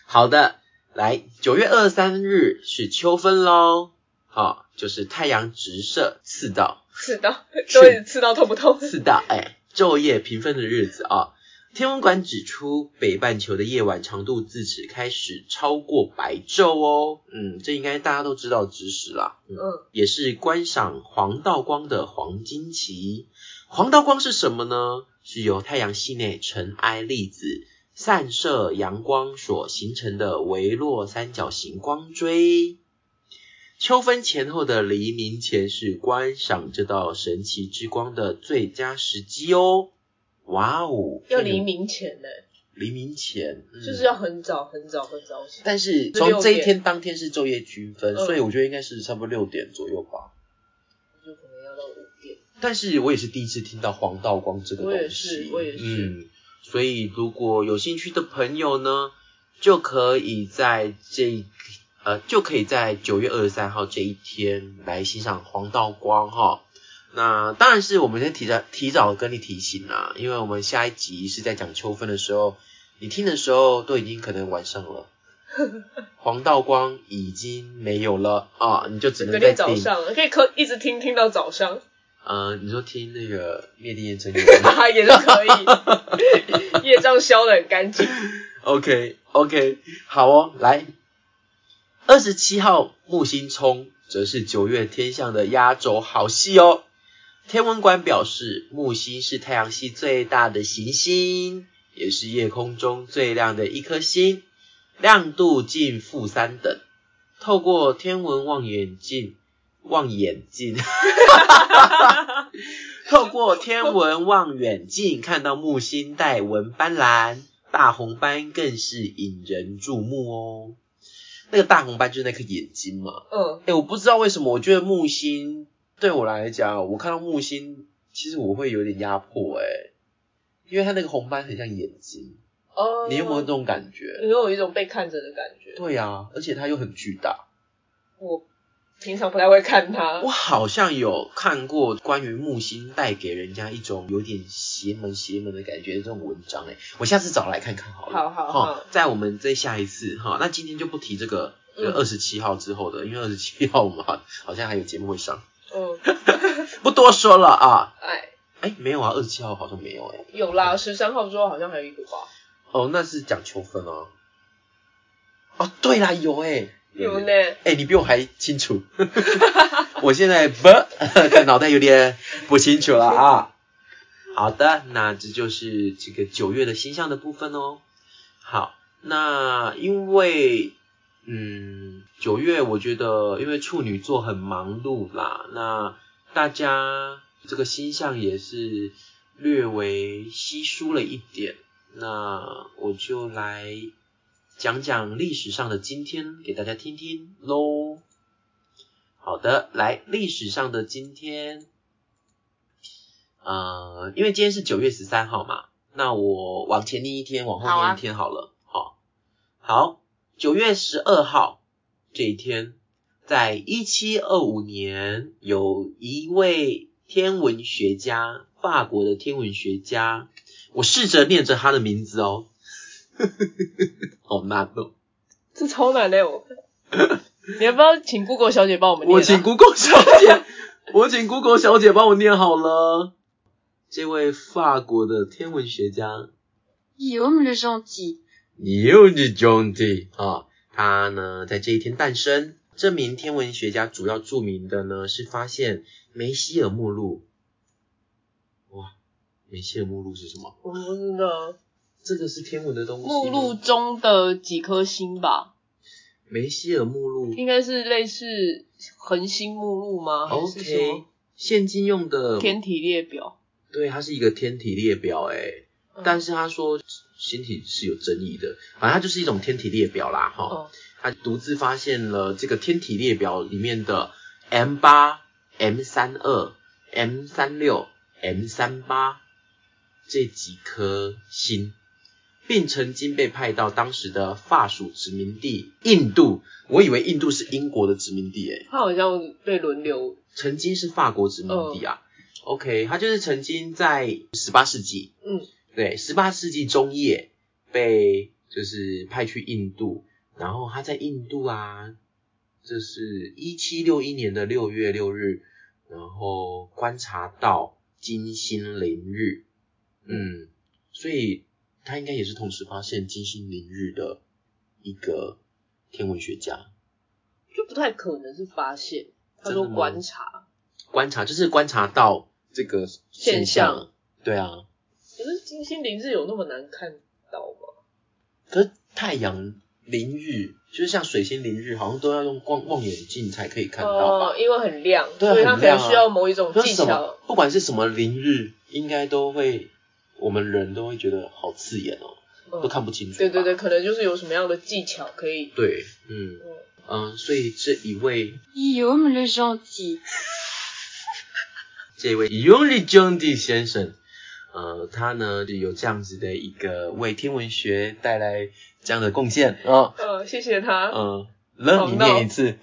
[SPEAKER 2] 好的，来，九月二十三日是秋分喽，好，就是太阳直射赤道，
[SPEAKER 1] 刺到，
[SPEAKER 2] 是
[SPEAKER 1] 都会刺到痛不痛？
[SPEAKER 2] 赤道哎，昼夜平分的日子啊。天文馆指出，北半球的夜晚长度自此开始超过白昼哦。嗯，这应该大家都知道的知识啦。嗯
[SPEAKER 1] 嗯，
[SPEAKER 2] 也是观赏黄道光的黄金期。黄道光是什么呢？是由太阳系内尘埃粒子散射阳光所形成的微弱三角形光锥。秋分前后的黎明前是观赏这道神奇之光的最佳时机哦。哇哦，
[SPEAKER 1] 要黎明前呢，
[SPEAKER 2] 黎明前，嗯
[SPEAKER 1] 就是要很早很早很早起。
[SPEAKER 2] 但是
[SPEAKER 1] 16
[SPEAKER 2] 从这一
[SPEAKER 1] 点
[SPEAKER 2] 天当天是昼夜均分，
[SPEAKER 1] 嗯
[SPEAKER 2] 所以我觉得应该是差不多六点左右吧。
[SPEAKER 1] 就可能要到五点。
[SPEAKER 2] 但是我也是第一次听到黄道光这个东西，
[SPEAKER 1] 我也是我也是
[SPEAKER 2] 嗯，所以如果有兴趣的朋友呢，就可以在这呃，就可以在九月二十三号这一天来欣赏黄道光哈。那当然是我们先提早提早跟你提醒啦，因为我们下一集是在讲秋分的时候，你听的时候都已经可能晚 上了，黄道光已经没有了啊，你就只
[SPEAKER 1] 隔
[SPEAKER 2] 能再
[SPEAKER 1] 天早
[SPEAKER 2] 听。
[SPEAKER 1] 上可以可一直听听到早 上，
[SPEAKER 2] 呃，你说听那个灭地烟真言
[SPEAKER 1] 哈哈，也是可以。业障消的很 干净。
[SPEAKER 2] OK OK，好哦，来，二十七号木星冲则是九月天象的压轴好戏哦。天文馆表示，木星是太阳系最大的行星，也是夜空中最亮的一颗星，亮度近负三等。透过天文望远镜，望远镜，透过天文望远镜看到木星带纹斑斓，大红斑更是引人注目哦。那个大红斑就是那颗眼睛嘛。
[SPEAKER 1] 嗯，
[SPEAKER 2] 哎、我不知道为什么，我觉得木星对我来讲，我看到木星，其实我会有点压迫哎、因为它那个红斑很像眼睛，
[SPEAKER 1] 哦，
[SPEAKER 2] 你有没有这？种感觉？
[SPEAKER 1] 你有一种被看着的感觉。
[SPEAKER 2] 对啊，而且它又很巨大。
[SPEAKER 1] 我平常不太会看它
[SPEAKER 2] 我。好像有看过关于木星带给人家一种有点邪门邪门的感觉的这种文章哎、我下次找来看看好了。
[SPEAKER 1] 好好
[SPEAKER 2] 哈
[SPEAKER 1] 好，
[SPEAKER 2] 在我们再下一次哈，那今天就不提这个呃
[SPEAKER 1] 嗯
[SPEAKER 2] 二十七号之后的，因为二十七号我们好好像还有节目会上，
[SPEAKER 1] 嗯，
[SPEAKER 2] 不多说了啊。
[SPEAKER 1] 哎，
[SPEAKER 2] 哎，没有啊，二十七号好像没有哎、
[SPEAKER 1] 有啦，十三号之后好像还有一个吧。
[SPEAKER 2] 哦，那是讲秋分哦。哦，对啦，有哎、
[SPEAKER 1] 有呢。。
[SPEAKER 2] 哎、你比我还清楚， 我现在 不，看脑袋有点不清楚了啊。好的，那这就是这个九月的星象的部分哦。好，那因为嗯，九月我觉得因为处女座很忙碌啦，那大家这个星象也是略微稀疏了一点。那我就来讲讲历史上的今天给大家听听喽。好的，来历史上的今天，呃，因为今天是九月十三号嘛，那我往前念一天，往
[SPEAKER 1] 好
[SPEAKER 2] 后
[SPEAKER 1] 啊
[SPEAKER 2] 念一天好了。好、好，九月十二号这一天，在一七二五年，有一位天文学家，法国的天文学家，我试着念着他的名 字哦，好难哦。
[SPEAKER 1] 这 超难的我。你要不要请 Google 小姐帮我们念、啊？
[SPEAKER 2] 我请 Google 小姐，我请 Google 小姐帮我念好了。这位法国的天文学家
[SPEAKER 3] Guillaume le Gentil,
[SPEAKER 2] n e w j o h n t 啊，他呢在这一天诞生。这名天文学家主要著名的呢是发现梅西尔目录。哇，梅西尔目录是什么？
[SPEAKER 1] 我不知道
[SPEAKER 2] 这个是天文的东西吗。
[SPEAKER 1] 目录中的几颗星吧，
[SPEAKER 2] 梅西尔目录
[SPEAKER 1] 应该是类似恒星目录吗？还是什
[SPEAKER 2] ，OK，
[SPEAKER 1] 么
[SPEAKER 2] 现今用的
[SPEAKER 1] 天体列表？
[SPEAKER 2] 对，它是一个天体列表、欸，
[SPEAKER 1] 嗯
[SPEAKER 2] 但是他说形体是有争议的，反正它就是一种天体列表啦，哈、
[SPEAKER 1] 哦，
[SPEAKER 2] 他独自发现了这个天体列表里面的 M 八、M 三二、M 三六、M 三八这几颗星，并曾经被派到当时的法属殖民地印度。我以为印度是英国的殖民地，哎诶，
[SPEAKER 1] 他好像被轮流，
[SPEAKER 2] 曾经是法国殖民地啊。OK，他就是曾经在十八世纪，
[SPEAKER 1] 嗯，
[SPEAKER 2] 对，十八世纪中叶被就是派去印度，然后他在印度啊，这是一七六一年的六月六日，然后观察到金星凌日，嗯，所以他应该也是同时发现金星凌日的一个天文学家。
[SPEAKER 1] 就不太可能是发现，他
[SPEAKER 2] 真的
[SPEAKER 1] 说
[SPEAKER 2] 吗
[SPEAKER 1] 观察，
[SPEAKER 2] 观察，就是观察到这个
[SPEAKER 1] 现
[SPEAKER 2] 现
[SPEAKER 1] 象
[SPEAKER 2] 对啊，
[SPEAKER 1] 可是金星凌日有那么难看到吗？
[SPEAKER 2] 可是太阳凌日，就是像水星凌日，好像都要用望望远镜才可以看到吧？
[SPEAKER 1] 哦，因为很亮，
[SPEAKER 2] 对啊
[SPEAKER 1] 所以他
[SPEAKER 2] 很
[SPEAKER 1] 可能
[SPEAKER 2] 亮啊
[SPEAKER 1] 需要某一种
[SPEAKER 2] 不是
[SPEAKER 1] 技
[SPEAKER 2] 什
[SPEAKER 1] 巧
[SPEAKER 2] 么，。不管是什么凌日，应该都会，我们人都会觉得好刺眼哦，
[SPEAKER 1] 嗯
[SPEAKER 2] 都看不清楚。
[SPEAKER 1] 对对对，，可能就是有什么样的技巧可以，
[SPEAKER 2] 对，嗯
[SPEAKER 1] 嗯
[SPEAKER 2] 嗯，所以这一位，
[SPEAKER 3] Guillaume le gentil.
[SPEAKER 2] 这位 y o n l y John D 先生。呃，他呢就有这样子的一个为天文学带来这样的贡献啊，哦
[SPEAKER 1] 呃，谢谢 他。
[SPEAKER 2] 嗯，了你念一次，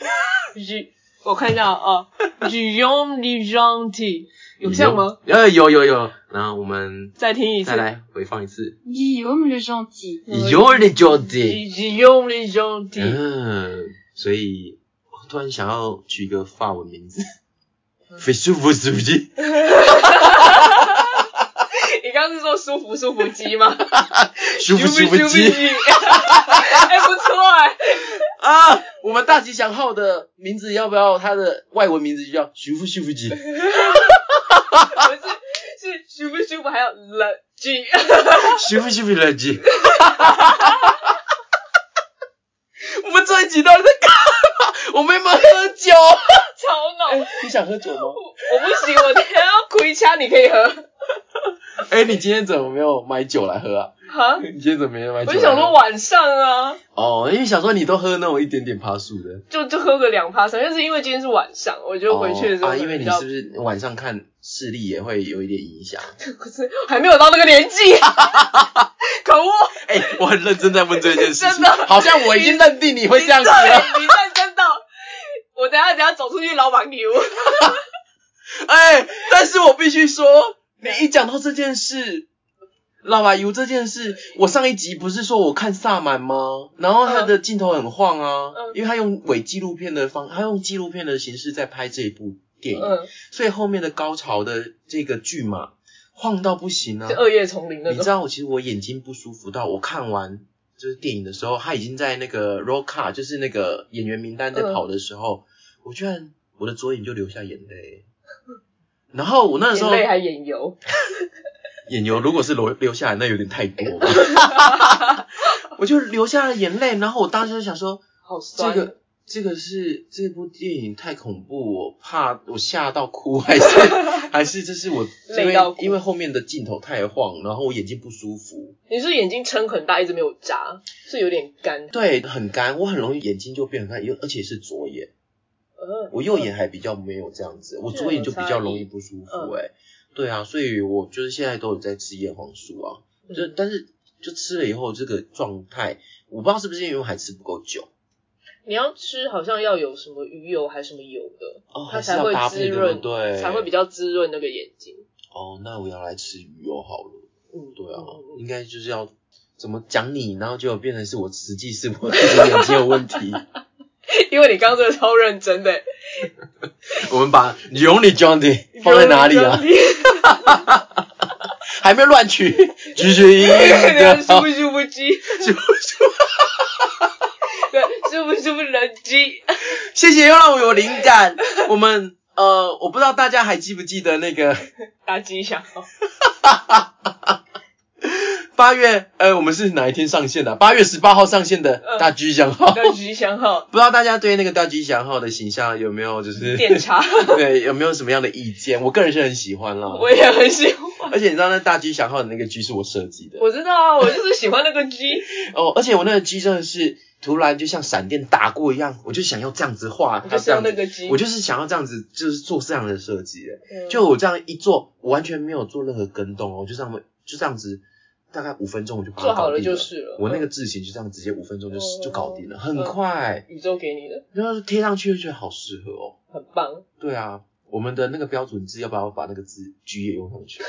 [SPEAKER 1] G，我看一下 啊，Guillaume l e g e n t i 有像吗？？
[SPEAKER 2] 呃，有有有。然后我们
[SPEAKER 1] 再听一次
[SPEAKER 2] 再来回放一次。
[SPEAKER 3] Guillaume le gentil.
[SPEAKER 1] 嗯
[SPEAKER 2] You're the Jody。
[SPEAKER 1] ，Guillaume l e g e n t i
[SPEAKER 2] 嗯，所以我突然想要取一个法文名字。非舒服是不 是？
[SPEAKER 1] 你刚刚是说舒服舒服鸡吗？
[SPEAKER 2] 舒服舒服机
[SPEAKER 1] 哎，不错哎，
[SPEAKER 2] 啊！我们大吉祥号的名字要不要它的外文名字就叫舒服舒服 机？
[SPEAKER 1] 不是是舒服舒服，还有了鸡，
[SPEAKER 2] 舒服舒服了机。我们这一集到底在干嘛？我们有没有喝酒？
[SPEAKER 1] 超浓。
[SPEAKER 2] 你想喝酒吗？
[SPEAKER 1] 我不行，我等一下要亏掐，你可以喝。
[SPEAKER 2] 哎、你今天怎么没有买酒来喝啊？
[SPEAKER 1] 哈，
[SPEAKER 2] 你今天怎么没有买酒
[SPEAKER 1] 我
[SPEAKER 2] 来喝？
[SPEAKER 1] 就想说晚上啊，
[SPEAKER 2] 哦，因为想说你都喝那种一点点趴树的。
[SPEAKER 1] 就就喝个两趴三，但是因为今天是晚上，我觉得回去的时候
[SPEAKER 2] 哦啊，
[SPEAKER 1] 可
[SPEAKER 2] 因
[SPEAKER 1] 能
[SPEAKER 2] 为
[SPEAKER 1] 比
[SPEAKER 2] 你
[SPEAKER 1] 较
[SPEAKER 2] 是不是晚上看视力也会有一点影响？
[SPEAKER 1] 可是还没有到那个年纪，可恶！
[SPEAKER 2] 哎、我很 认真在问这件事
[SPEAKER 1] 真的
[SPEAKER 2] 好像我已经认定你会这样子啊了。
[SPEAKER 1] 你认真到，我等一下等一下走出去老板牛，
[SPEAKER 2] 哎、但是我必须说，你一讲到这件事。老啊，油这件事，我上一集不是说我看萨满吗？然后他的镜头很晃啊，
[SPEAKER 1] 嗯
[SPEAKER 2] 因为他用伪纪录片的方，他用纪录片的形式在拍这一部电影，
[SPEAKER 1] 嗯，
[SPEAKER 2] 所以后面的高潮的这个剧嘛，晃到不行啊
[SPEAKER 1] 就。恶夜丛林那
[SPEAKER 2] 你知
[SPEAKER 1] 种，
[SPEAKER 2] 道我其实我眼睛不舒服到我看完就是电影的时候，他已经在那个 roll car，就是那个演员名单在跑的时
[SPEAKER 1] 嗯
[SPEAKER 2] 候，我居然我的左眼就流下眼泪。然后我那时
[SPEAKER 1] 眼
[SPEAKER 2] 候
[SPEAKER 1] 泪还眼油，
[SPEAKER 2] 眼油如果是流流下来，那有点太多吧。 我就流下了眼泪，然后我当时就想说，
[SPEAKER 1] 好
[SPEAKER 2] 这
[SPEAKER 1] 酸。
[SPEAKER 2] 个这个是这部电影太恐怖，我怕我吓到哭，还是还是这是我因
[SPEAKER 1] 累
[SPEAKER 2] 为
[SPEAKER 1] 到哭
[SPEAKER 2] 因为后面的镜头太晃，然后我眼睛不舒服，
[SPEAKER 1] 你是眼睛撑很大，一直没有眨，是有点干。
[SPEAKER 2] 对，很干，我很容易眼睛就变很干，又而且是左眼，
[SPEAKER 1] 嗯
[SPEAKER 2] 我右眼还比较没有这样子，我左眼就比较容易不舒
[SPEAKER 1] 嗯
[SPEAKER 2] 服、欸，对啊，所以我就是现在都有在吃叶黄素啊，
[SPEAKER 1] 嗯
[SPEAKER 2] 就但是就吃了以后这个状态，我不知道是不是因为我还吃不够久
[SPEAKER 1] 你要吃好像要有什么鱼油还是什么油的，
[SPEAKER 2] 哦，
[SPEAKER 1] 它
[SPEAKER 2] 还是
[SPEAKER 1] 才
[SPEAKER 2] 要
[SPEAKER 1] 会
[SPEAKER 2] 搭
[SPEAKER 1] 滋
[SPEAKER 2] 配对
[SPEAKER 1] 润
[SPEAKER 2] 不，对？
[SPEAKER 1] 才会比较滋润那个眼睛。
[SPEAKER 2] 哦，那我要来吃鱼油好了，
[SPEAKER 1] 嗯，
[SPEAKER 2] 对啊，
[SPEAKER 1] 嗯嗯
[SPEAKER 2] 应该就是要怎么讲你，然后就变成是我实际是我自己眼睛有问题，
[SPEAKER 1] 因为你刚刚真的超认真的，
[SPEAKER 2] 我们把尤里 Johnny 放在哪里啊？ 还没有乱取，只是一
[SPEAKER 1] 人
[SPEAKER 2] 个
[SPEAKER 1] 舒不舒服 鸡？舒不舒服？ 对，舒不舒服人鸡？
[SPEAKER 2] 谢谢，又让我有灵感。我们呃，我不知道大家还记不记得那个
[SPEAKER 1] 打鸡响。
[SPEAKER 2] 哦八月呃，我们是哪一天上线的啊、八月十八号上线的
[SPEAKER 1] 嗯
[SPEAKER 2] 《大吉祥号》
[SPEAKER 1] 打吉祥号
[SPEAKER 2] 不知道大家对那个《大吉祥号》的形象有没有就是
[SPEAKER 1] 点茶，
[SPEAKER 2] 对有没有什么样的意见？我个人是很喜欢啦。
[SPEAKER 1] 我也很喜欢。
[SPEAKER 2] 而且你知道那大 G 小号的那个 G 是我设计的
[SPEAKER 1] 我知道啊，我就是喜欢那个 G，
[SPEAKER 2] 哦，而且我那个 G 真的是突然就像闪电打过一样，我就想要这样子画，
[SPEAKER 1] 我就是
[SPEAKER 2] 这
[SPEAKER 1] 要
[SPEAKER 2] 样
[SPEAKER 1] 那
[SPEAKER 2] 子，
[SPEAKER 1] 个 G，
[SPEAKER 2] 我就是想要这样子，就是做这样的设计的。
[SPEAKER 1] 嗯
[SPEAKER 2] 就我这样一做，我完全没有做任何跟动哦，我就这样就这样子，大概五分钟我就把它
[SPEAKER 1] 做好
[SPEAKER 2] 搞
[SPEAKER 1] 了
[SPEAKER 2] 定了。
[SPEAKER 1] 就是了。
[SPEAKER 2] 我那个
[SPEAKER 1] 嗯
[SPEAKER 2] 字型就这样直接五分钟就、
[SPEAKER 1] 嗯
[SPEAKER 2] 就搞定了，
[SPEAKER 1] 嗯
[SPEAKER 2] 很快，
[SPEAKER 1] 宇宙给你的
[SPEAKER 2] 然后贴上去就觉得好适合哦。
[SPEAKER 1] 很棒，
[SPEAKER 2] 对啊，我们的那个标准字要不要把那个字 G 也用 上去？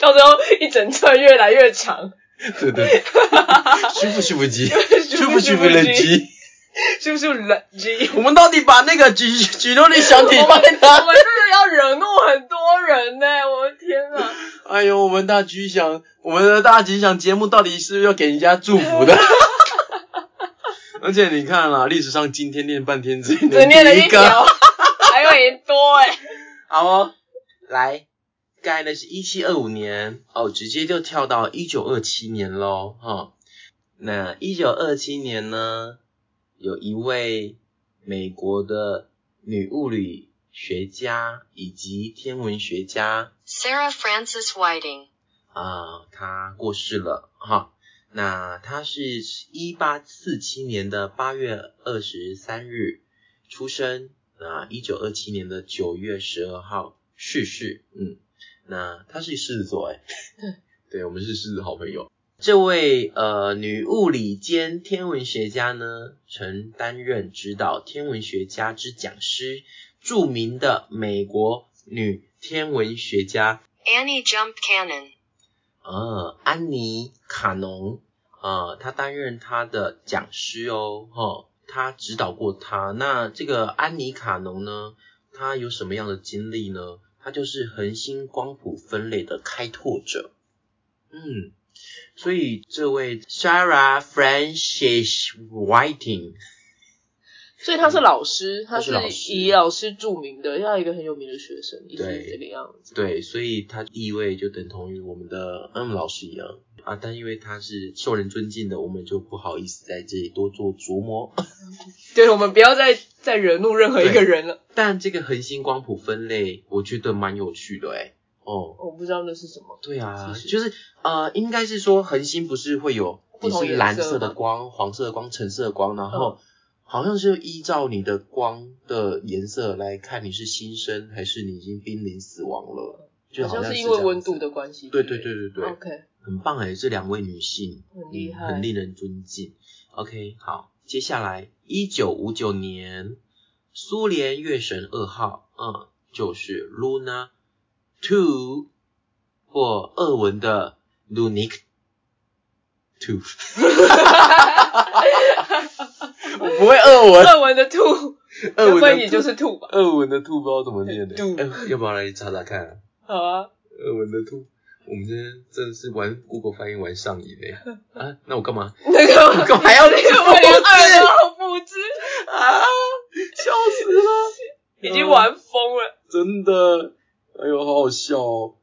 [SPEAKER 1] 到时候一整串越来越长，
[SPEAKER 2] 对对对， 舒服舒服鸡，舒服舒服
[SPEAKER 1] 了
[SPEAKER 2] 的鸡，
[SPEAKER 1] 是不是冷 G？
[SPEAKER 2] 我们到底把那个举举动力
[SPEAKER 1] 我
[SPEAKER 2] 小
[SPEAKER 1] 们
[SPEAKER 2] 体放在
[SPEAKER 1] 我
[SPEAKER 2] 哪？
[SPEAKER 1] 们真的要惹怒很多人呢、我的天啊！
[SPEAKER 2] 哎呦，我们大吉祥，我们的大吉祥节目到底是不是要给人家祝福 的？而且你看啦，历史上今天念半天只
[SPEAKER 1] 只念了
[SPEAKER 2] 第
[SPEAKER 1] 一
[SPEAKER 2] 一个，
[SPEAKER 1] 条，还有一多哎、
[SPEAKER 2] 好哦，来，刚才呢是一七二五年哦，直接就跳到一九二七年喽，哈、那一九二七年呢，有一位美国的女物理学家以及天文学家
[SPEAKER 3] Sarah Frances Whiting.
[SPEAKER 2] 啊、她过世了哈。那她是一八四七年的八月二十三日出生，那一九二七年的九月十二号逝世。嗯，那她是狮子座哎，对，我们是狮子好朋友。这位呃女物理兼天文学家呢，曾担任指导天文学家之讲师，著名的美国女天文学家
[SPEAKER 3] Annie Jump Cannon.
[SPEAKER 2] 呃，安妮卡农，呃，她担任她的讲师哦，哈、她指导过她。那这个安妮卡农呢，她有什么样的经历呢？她就是恒星光谱分类的开拓者。嗯，所以这位 Sarah Frances Whiting，
[SPEAKER 1] 所以他是老师，他
[SPEAKER 2] 他是
[SPEAKER 1] 是
[SPEAKER 2] 老师
[SPEAKER 1] 以老师著名的，他有一个很有名的学生，一直
[SPEAKER 2] 对
[SPEAKER 1] 这个样子。
[SPEAKER 2] 对，所以她地位就等同于我们的嗯老师一样啊，但因为她是受人尊敬的，我们就不好意思在这里多做琢磨。
[SPEAKER 1] 对，我们不要再再惹怒任何一个人了。
[SPEAKER 2] 但这个恒星光谱分类，我觉得蛮有趣的诶、哦，
[SPEAKER 1] 我不知道那是什么，
[SPEAKER 2] 对啊，
[SPEAKER 1] 其实
[SPEAKER 2] 就是呃，应该是说恒星不是会有
[SPEAKER 1] 不
[SPEAKER 2] 你
[SPEAKER 1] 同
[SPEAKER 2] 是
[SPEAKER 1] 颜
[SPEAKER 2] 蓝
[SPEAKER 1] 色
[SPEAKER 2] 色的
[SPEAKER 1] 吗
[SPEAKER 2] 光、黄色的光、橙色的光，然后好像是依照你的光的颜色来看你是新生还是你已经濒临死亡了，就
[SPEAKER 1] 像
[SPEAKER 2] 像
[SPEAKER 1] 因
[SPEAKER 2] 这
[SPEAKER 1] 为
[SPEAKER 2] 样
[SPEAKER 1] 温
[SPEAKER 2] 子
[SPEAKER 1] 度。的关系。
[SPEAKER 2] 对对对对对，
[SPEAKER 1] OK，
[SPEAKER 2] 很棒诶、这两位女性
[SPEAKER 1] 很厉害
[SPEAKER 2] 嗯很令人尊敬。OK，好，接下来一九五九年，苏联月神二号，嗯，就是 Luna Two 或俄文的 Lunik Two，我不会俄文，
[SPEAKER 1] 二文的兔，
[SPEAKER 2] 俄
[SPEAKER 1] 要
[SPEAKER 2] 文
[SPEAKER 1] 不然
[SPEAKER 2] 的
[SPEAKER 1] 你就是是兔吧。
[SPEAKER 2] 俄文的 Two 不知道怎么念的、
[SPEAKER 1] Two
[SPEAKER 2] 哎要不要来查查看、啊？
[SPEAKER 1] 好啊，
[SPEAKER 2] 俄文的 Two，我们今天真的是玩 Google 翻译玩上瘾 嘞、啊，那我干嘛？
[SPEAKER 1] 那个
[SPEAKER 2] 干嘛要
[SPEAKER 1] 那个我 连二都不知，
[SPEAKER 2] 啊，笑死了，
[SPEAKER 1] 已经玩疯了。
[SPEAKER 2] 真的，哎呦，好好笑哦。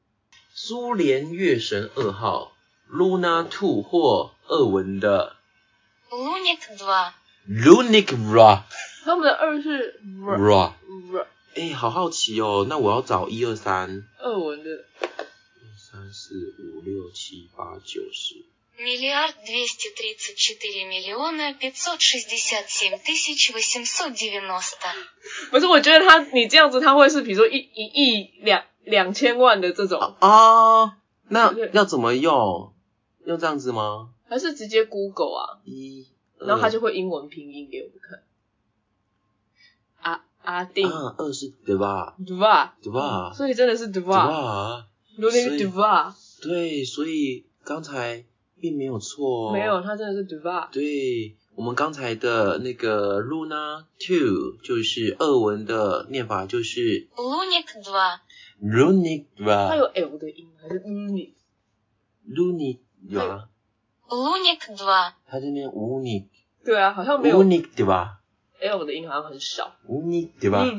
[SPEAKER 2] 苏联月神二号 Luna Two 或俄文的
[SPEAKER 3] Lunik 2.
[SPEAKER 2] Lunik Ra
[SPEAKER 1] 他们的二是 r
[SPEAKER 2] Ra，
[SPEAKER 1] r
[SPEAKER 2] 哎、好好奇哦，那我要找一二三，
[SPEAKER 1] 二文的
[SPEAKER 2] 一三四五六七八九十，
[SPEAKER 3] Миллиард двести тридцать четыре миллиона пятьсот шестьдесят семь тысяч восемьсот девяносто.
[SPEAKER 1] 不是，我觉得他你这样子，他会是比如说一一亿两两千万的这种，
[SPEAKER 2] 哦，那
[SPEAKER 1] 啊对
[SPEAKER 2] 要怎么用？要这样子吗？
[SPEAKER 1] 还是直接 Google 啊，
[SPEAKER 2] 一，
[SPEAKER 1] 然后他
[SPEAKER 2] 二
[SPEAKER 1] 就会英文拼音给我们看。阿阿定
[SPEAKER 2] 啊，二是对吧？
[SPEAKER 1] Dva，
[SPEAKER 2] 对吧？
[SPEAKER 1] 所以真的嗯是
[SPEAKER 2] 对
[SPEAKER 1] Dva，
[SPEAKER 2] 吧？
[SPEAKER 1] 有点
[SPEAKER 2] 所以
[SPEAKER 1] Dva，
[SPEAKER 2] 对，所以刚才并没有错、哦。啊
[SPEAKER 1] 没有，。他真的是 Dva。
[SPEAKER 2] 对，我们刚才的那个 Luna Two 就是俄文的念法就是
[SPEAKER 3] Луник 2.
[SPEAKER 2] Lunik
[SPEAKER 1] 它
[SPEAKER 2] 吧
[SPEAKER 1] 有 L 的音还是 N 音？
[SPEAKER 2] ？Lunik 吧？
[SPEAKER 3] Луник 2.
[SPEAKER 2] 它就念 Unik
[SPEAKER 1] 对啊，好像没有
[SPEAKER 2] Unik 对吧
[SPEAKER 1] L 的音，好像很少。
[SPEAKER 2] ？Unik 对吧？
[SPEAKER 1] 嗯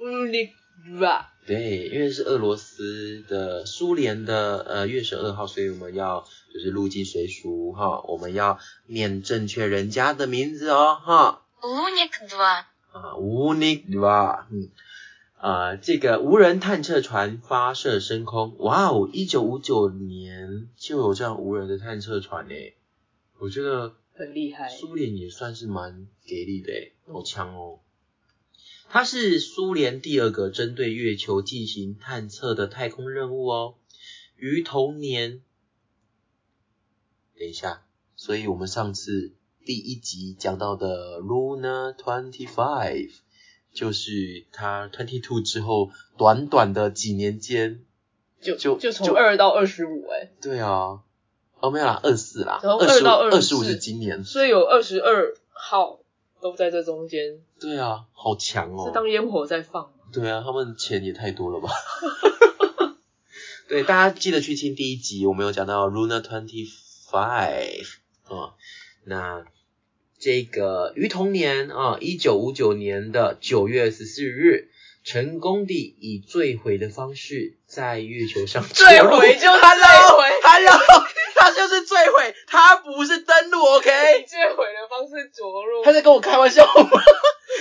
[SPEAKER 1] Unik Dva，
[SPEAKER 2] 对，因为是俄罗斯的苏联的呃月神二号，所以我们要就是入境随俗哈，我们要念正确人家的名字哦哈。啊
[SPEAKER 3] Луник 2.
[SPEAKER 2] 아, 우닉 와. 음.呃，嗯这个无人探测船发射升空，哇哦，一九五九年就有这样无人的探测船诶，我觉得
[SPEAKER 1] 很厉害。
[SPEAKER 2] 苏联也算是蛮给力的诶，好
[SPEAKER 1] 嗯
[SPEAKER 2] 强哦。它是苏联第二个针对月球进行探测的太空任务哦，于同年。等一下，所以我们上次第一集讲到的 Luna Twenty Five，就是它 Twenty Two 之后短短的几年间，
[SPEAKER 1] 就
[SPEAKER 2] 就
[SPEAKER 1] 就从
[SPEAKER 2] 就
[SPEAKER 1] 二到二十五哎，
[SPEAKER 2] 对啊，哦没有啦，二四啦，
[SPEAKER 1] 然后
[SPEAKER 2] 十
[SPEAKER 1] 2到
[SPEAKER 2] 二十五
[SPEAKER 1] 24
[SPEAKER 2] 是今年，
[SPEAKER 1] 所以有二十二号都在这中间，
[SPEAKER 2] 对啊，好强哦
[SPEAKER 1] 是，当烟火在放吗。
[SPEAKER 2] 对啊，他们钱也太 多了吧。对，大家记得去听第一集，我们有讲到 Luna Twenty Five 啊，那这个于同年啊，一九五九年的九月十四日，成功地以坠毁的方式在月球 上
[SPEAKER 1] 坠
[SPEAKER 2] 着陆
[SPEAKER 1] 毁就
[SPEAKER 2] 他
[SPEAKER 1] 坠毁
[SPEAKER 2] 他要他就是坠毁，他不是登陆，OK？
[SPEAKER 1] 以坠毁的方式着陆
[SPEAKER 2] 他在跟我开玩笑吗？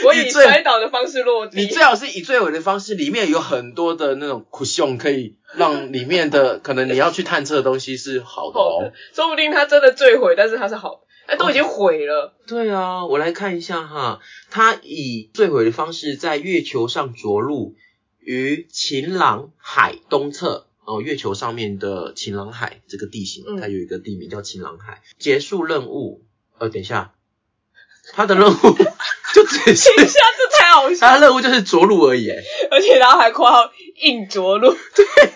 [SPEAKER 1] 我以
[SPEAKER 2] 你最
[SPEAKER 1] 摔倒的方式落地。
[SPEAKER 2] 你最好是以最尾的方式，里面有很多的那种 cushion，可以让里面的可能你要去探测的东西是好的
[SPEAKER 1] 好
[SPEAKER 2] 哦
[SPEAKER 1] 的。，说不定他真的坠毁，但是他是好的，哎，都已经毁了，
[SPEAKER 2] 对啊，我来看一下哈，它以坠毁的方式在月球上着陆，于晴朗海东侧。哦，月球上面的晴朗海这个地形，
[SPEAKER 1] 嗯
[SPEAKER 2] 它有一个地名叫晴朗海。结束任务，呃，等一下，它的任 务就只是
[SPEAKER 1] 等一下这太好笑
[SPEAKER 2] 它
[SPEAKER 1] 了，
[SPEAKER 2] 的任务就是着陆而已。哎
[SPEAKER 1] 而且然后还括号硬着陆，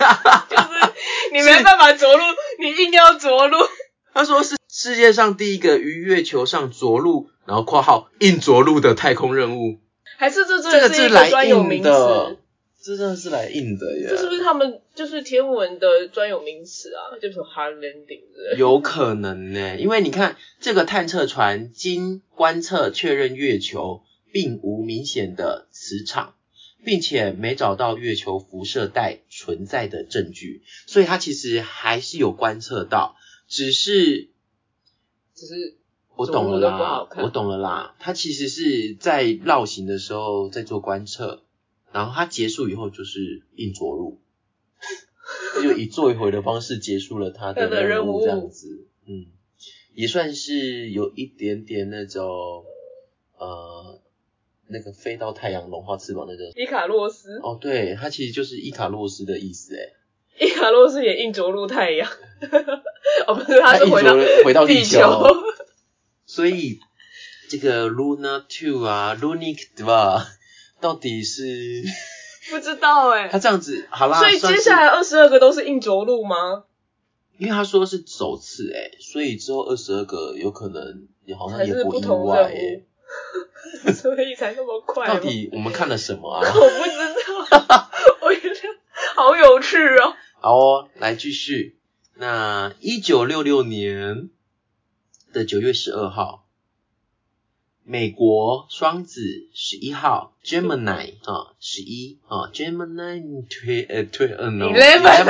[SPEAKER 1] 就是你没办法着陆，你硬要着陆，
[SPEAKER 2] 他说是世界上第一个于月球上着陆，然后括号硬着陆的太空任务，
[SPEAKER 1] 还是这真
[SPEAKER 2] 这
[SPEAKER 1] 的
[SPEAKER 2] 个
[SPEAKER 1] 是
[SPEAKER 2] 是
[SPEAKER 1] 一个
[SPEAKER 2] 来
[SPEAKER 1] 专有
[SPEAKER 2] 硬
[SPEAKER 1] 名词？
[SPEAKER 2] 的，这真的是来硬的耶
[SPEAKER 1] 这是不是他们就是天文的专有名词啊？就是 hard landing 之类的。
[SPEAKER 2] 有可能呢，因为你看这个探测船经观测确认月球并无明显的磁场，并且没找到月球辐射带存在的证据，所以它其实还是有观测到，只是
[SPEAKER 1] 只是
[SPEAKER 2] 我懂了
[SPEAKER 1] 走路都不好
[SPEAKER 2] 啦，
[SPEAKER 1] 看
[SPEAKER 2] 我懂了啦。它其实是在绕行的时候在做观测，然后它结束以后就是硬着 陆，就以坠毁的方式结束了它
[SPEAKER 1] 它
[SPEAKER 2] 的
[SPEAKER 1] 的任
[SPEAKER 2] 务，
[SPEAKER 1] 务
[SPEAKER 2] 这样子，嗯，也算是有一点点那种呃，那个飞到太阳融化翅膀那个。
[SPEAKER 1] 伊卡洛斯，
[SPEAKER 2] 哦，对，它其实就是伊卡洛斯的意思，欸诶，
[SPEAKER 1] 伊卡洛斯也硬着陆太阳。 哦，不是，他是
[SPEAKER 2] 硬
[SPEAKER 1] 回
[SPEAKER 2] 着
[SPEAKER 1] 到
[SPEAKER 2] 陆回到地
[SPEAKER 1] 球。
[SPEAKER 2] 球，所以这个 Luna Two 啊，Lunic 对吧？到 底是
[SPEAKER 1] 不知道哎、
[SPEAKER 2] 他这样子好啦，
[SPEAKER 1] 所以
[SPEAKER 2] 算
[SPEAKER 1] 接
[SPEAKER 2] 是
[SPEAKER 1] 下来二十二个都是硬着陆吗？
[SPEAKER 2] 因为他说是首次哎、所以之后二十二个有可能也好像
[SPEAKER 1] 还
[SPEAKER 2] 也
[SPEAKER 1] 是
[SPEAKER 2] 意
[SPEAKER 1] 同
[SPEAKER 2] 外
[SPEAKER 1] 任
[SPEAKER 2] 哎、
[SPEAKER 1] 务？ 所以才那么快吗？
[SPEAKER 2] 到底我们看了什么啊？
[SPEAKER 1] 我不知道，我觉得好有趣哦。
[SPEAKER 2] 好哦，来继续。那一九六六年的九月十二号，美国双子十一号 Gemini 啊十一啊 Gemini 推呃推二呢
[SPEAKER 1] Eleven，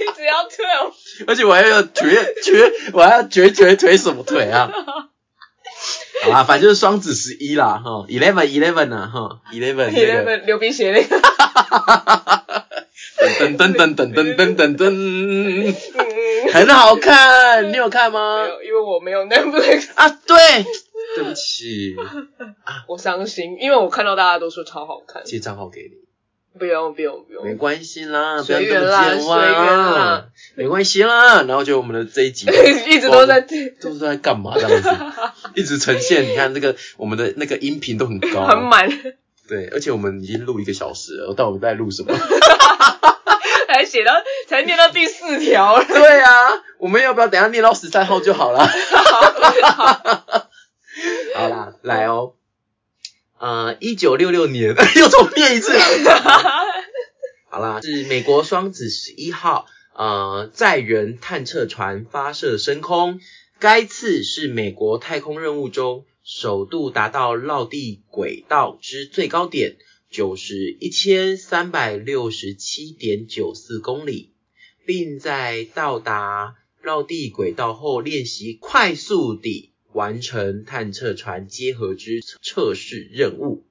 [SPEAKER 1] 你只要 twelve，
[SPEAKER 2] 而且我还要腿腿，我还要腿腿腿什么腿啊？好啦，反正就是双子十一啦，哈，eleven eleven 啊，哈，eleven
[SPEAKER 1] 你那个流鼻血那个，
[SPEAKER 2] 噔噔噔噔噔噔噔噔
[SPEAKER 1] 嗯，
[SPEAKER 2] 很好看，你有看吗
[SPEAKER 1] 没？有，因为我没有 Netflix，
[SPEAKER 2] 啊，对，对不起，
[SPEAKER 1] 我伤心，因为我看到大家都说超好看。
[SPEAKER 2] 借账号给你，
[SPEAKER 1] 不用不用不用，
[SPEAKER 2] 没关系啦，不要
[SPEAKER 1] 随
[SPEAKER 2] 这
[SPEAKER 1] 缘
[SPEAKER 2] 么
[SPEAKER 1] 啦
[SPEAKER 2] 健忘
[SPEAKER 1] 随缘啦，
[SPEAKER 2] 没关系啦。然后就我们的这一 集
[SPEAKER 1] 一直都在很
[SPEAKER 2] 都是在干嘛这样子，一直呈现，你看这个我们的那个音频都很高，
[SPEAKER 1] 满，
[SPEAKER 2] 对，而且我们已经录一个小时了，到底在录 什么？
[SPEAKER 1] 才写到才念到第四 条 了。
[SPEAKER 2] 对啊，我们要不要等一下念到十三号就好 了？好啦，来哦。呃，一九六六年 又重念一次。好啦，是美国双子十一号呃载人探测船发射升空，该次是美国太空任务中首度达到绕地轨道之最高点，就是一千三百六十七点九四公里，并在到达绕地轨道后练习快速地完成探测船结合之测试任务。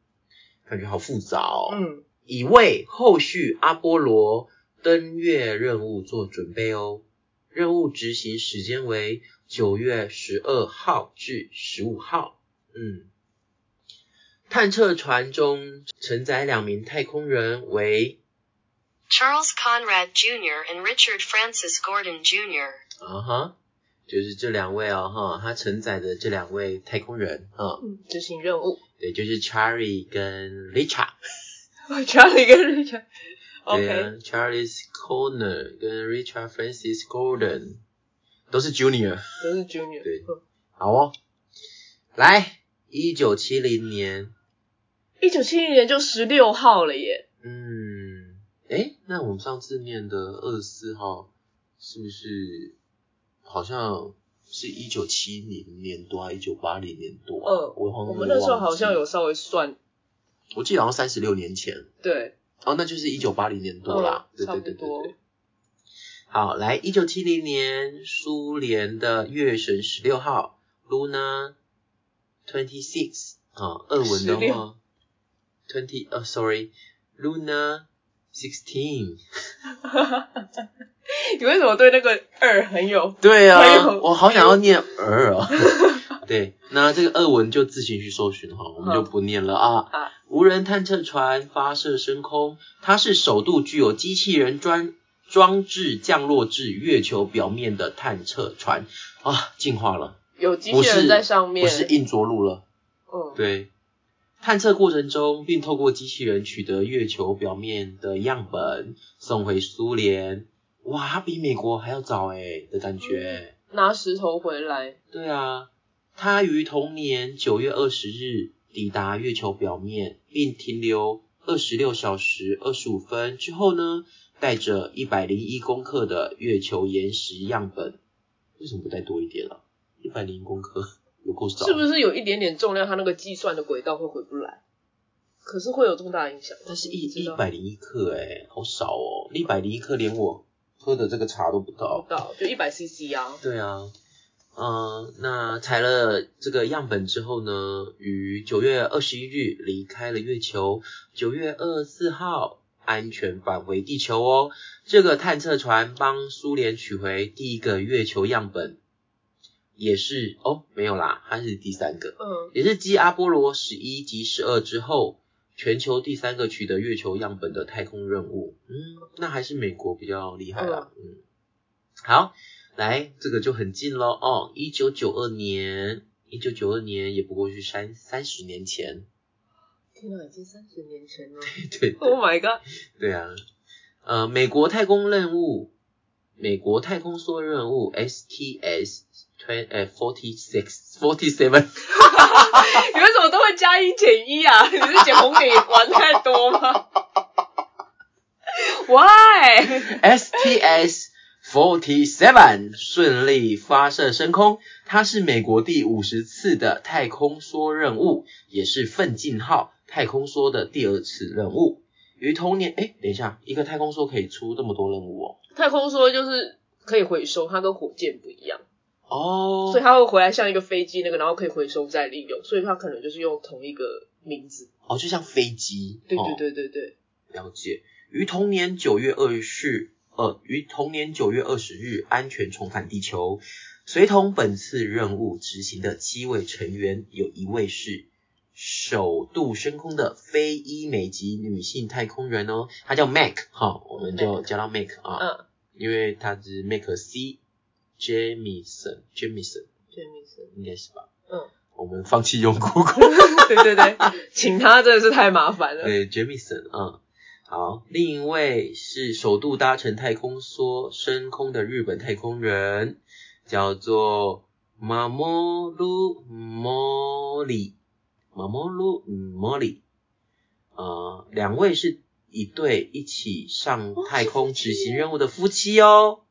[SPEAKER 2] 感觉好复杂哦。
[SPEAKER 1] 嗯，
[SPEAKER 2] 已为后续阿波罗登月任务做准备哦。任务执行时间为九月十二号至十五号。嗯，探测船中承载两名太空人为
[SPEAKER 3] Charles Conrad Jr. and Richard Francis Gordon Jr.
[SPEAKER 2] 啊哈，就是这两位哦哈，它承载的这两位太空人啊，
[SPEAKER 1] 嗯执行任务。
[SPEAKER 2] 对，就是 Charlie 跟 Richard。
[SPEAKER 1] Charlie 跟 Richard。
[SPEAKER 2] 对啊
[SPEAKER 1] OK，
[SPEAKER 2] ，Charles Conner 跟 Richard Francis Gordon 都是 Junior。
[SPEAKER 1] 都是 Junior。嗯
[SPEAKER 2] 对好哦，来，一九七零年，
[SPEAKER 1] 一九七零年就十六号了耶。
[SPEAKER 2] 嗯，诶，那我们上次念的二十四号是不是好像是一九七零年多啊，一九八零年多啊？
[SPEAKER 1] 嗯
[SPEAKER 2] 我好像
[SPEAKER 1] 我
[SPEAKER 2] 有
[SPEAKER 1] 们那时候
[SPEAKER 2] 点忘
[SPEAKER 1] 好像
[SPEAKER 2] 记，
[SPEAKER 1] 有稍微算，
[SPEAKER 2] 我记得好像三十六年前，
[SPEAKER 1] 对，
[SPEAKER 2] 哦，那就是一九八零年多啦，
[SPEAKER 1] 嗯
[SPEAKER 2] 对
[SPEAKER 1] 差
[SPEAKER 2] 对
[SPEAKER 1] 不
[SPEAKER 2] 对对
[SPEAKER 1] 多
[SPEAKER 2] 对。好，来，一九七零年，苏联的月神十六号 Luna Twenty Six 啊，俄文的话，Twenty 呃，sorry，Luna Sixteen。
[SPEAKER 1] 你为什么对那个二很有？
[SPEAKER 2] 对
[SPEAKER 1] 哎
[SPEAKER 2] 啊，
[SPEAKER 1] 呦
[SPEAKER 2] 我好想要念儿 哦。对，那这个俄文就自行去搜寻
[SPEAKER 1] 嗯
[SPEAKER 2] 哈，我们就不念了啊。
[SPEAKER 1] 啊
[SPEAKER 2] 无人探测船发射升空，它是首度具有机器人装装置降落至月球表面的探测船啊，进化了，
[SPEAKER 1] 有机
[SPEAKER 2] 不
[SPEAKER 1] 器人
[SPEAKER 2] 是
[SPEAKER 1] 在上面，
[SPEAKER 2] 不是硬着陆了。
[SPEAKER 1] 嗯，
[SPEAKER 2] 对，探测过程中，并透过机器人取得月球表面的样本，送回苏联。哇，它比美国还要早哎、的感觉。
[SPEAKER 1] 拿石头回来，
[SPEAKER 2] 对啊，他于同年九月二十日抵达月球表面，并停留二十六小时二十五分之后呢，带着一百零一公克的月球岩石样本。为什么不带多一点啊？一百零公克有够少，
[SPEAKER 1] 是不是有一点点重量，它那个计算的轨道会回不来？可是会有这么大的影响？
[SPEAKER 2] 但是一
[SPEAKER 1] 知
[SPEAKER 2] 一
[SPEAKER 1] 道
[SPEAKER 2] 百零一克哎、好少哦，一百零一克连我喝的这个茶都不到。
[SPEAKER 1] 不到就一百 CC 啊，
[SPEAKER 2] 对啊，嗯、那采了这个样本之后呢，于九月二十一日离开了月球，九月二十四号安全返回地球哦。这个探测船帮苏联取回第一个月球样本，也是哦，没有啦，它是第三个，
[SPEAKER 1] 嗯，
[SPEAKER 2] 也是继阿波罗十一及十二之后。全球第三个取得月球样本的太空任务，嗯，那还是美国比较厉害啦，嗯，好，来，这个就很近咯哦，一九九二年，一九九二年也不过是三三十年前，
[SPEAKER 1] 天哪，已经三十年前了
[SPEAKER 2] 对对
[SPEAKER 1] ，Oh my god，
[SPEAKER 2] 对啊，呃，美国太空任务，美国太空梭任务 STS twenty 呃 forty six forty seven，
[SPEAKER 1] 你为什么都会加一减一 啊？你是捡红点玩太多 吗？Why？
[SPEAKER 2] STS Forty Seven 顺利发射升空，它是美国第五十次的太空梭任务，也是奋进号太空梭的第二次任务。于同年，哎，等一下，一个太空梭可以出这么多任务哦？
[SPEAKER 1] 太空梭就是可以回收，它跟火箭不一样。
[SPEAKER 2] 哦，
[SPEAKER 1] 所以它会回来像一个飞机那个，然后可以回收再利用，所以它可能就是用同一个名字。
[SPEAKER 2] 哦，就像飞机，
[SPEAKER 1] 对
[SPEAKER 2] 哦
[SPEAKER 1] 对对对对，
[SPEAKER 2] 了解。于同年九月二十，呃，于同年九月二十日安全重返地球。随同本次任务执行的七位成员，有一位是首度升空的非裔美籍女性太空人哦，她叫 Mac 哈、我们就
[SPEAKER 1] Mac
[SPEAKER 2] 叫她 Mac 啊，
[SPEAKER 1] 嗯
[SPEAKER 2] 因为她是 Mac C Jamison Jamison
[SPEAKER 1] 杰米森，
[SPEAKER 2] 应该是吧？
[SPEAKER 1] 嗯，
[SPEAKER 2] 我们放弃用 Google。
[SPEAKER 1] 对对对， 请他真的是太麻烦了。
[SPEAKER 2] 对，Jamison 啊、好，另一位是首度搭乘太空梭升空的日本太空人，叫做 Mamoru Mori，Mamoru Mori，呃，两位是一对一起上太空执行任务的夫妻哦。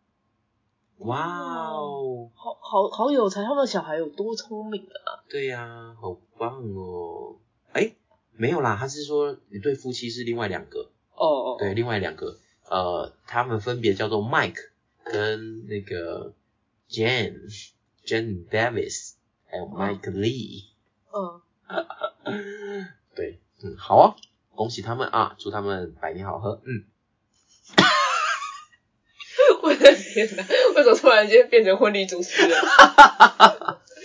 [SPEAKER 2] 哇哦，
[SPEAKER 1] 好好好有才，他们小孩有多聪明啊！
[SPEAKER 2] 对呀、好棒哦！哎，没有啦，他是说一对夫妻是另外两个。
[SPEAKER 1] 哦哦，
[SPEAKER 2] 对，另外两个，呃，他们分别叫做 Mike 跟那个 Jan Jan Davis，还有 Mike Lee。
[SPEAKER 1] 嗯，
[SPEAKER 2] 对，嗯，好哦，恭喜他们啊，祝他们百年好合。嗯，
[SPEAKER 1] 我的天哪，为什么突然间变成婚礼主持人？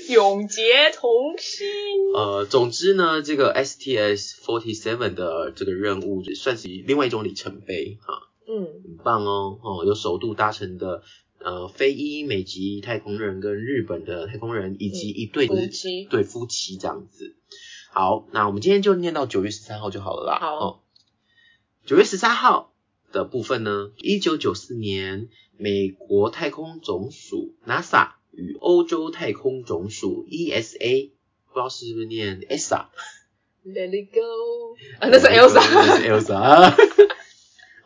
[SPEAKER 1] 永结同心，
[SPEAKER 2] 呃，总之呢，这个 STS Forty Seven 的这个任务算是另外一种里程碑啊，
[SPEAKER 1] 嗯，
[SPEAKER 2] 很棒哦，哦，有首度搭乘的呃非裔美籍太空人跟日本的太空人，以及一对、
[SPEAKER 1] 嗯夫妻，
[SPEAKER 2] 对夫妻这样子。好，那我们今天就念到九月十三号就好了啦。
[SPEAKER 1] 好
[SPEAKER 2] 哦，九、月十三号的部分呢，一九九四年美国太空总署 NASA 与欧洲太空总署 ESA，不知道是不是念 E ESA，
[SPEAKER 1] Let it go，啊，那是 Elsa，
[SPEAKER 2] 那是 Elsa。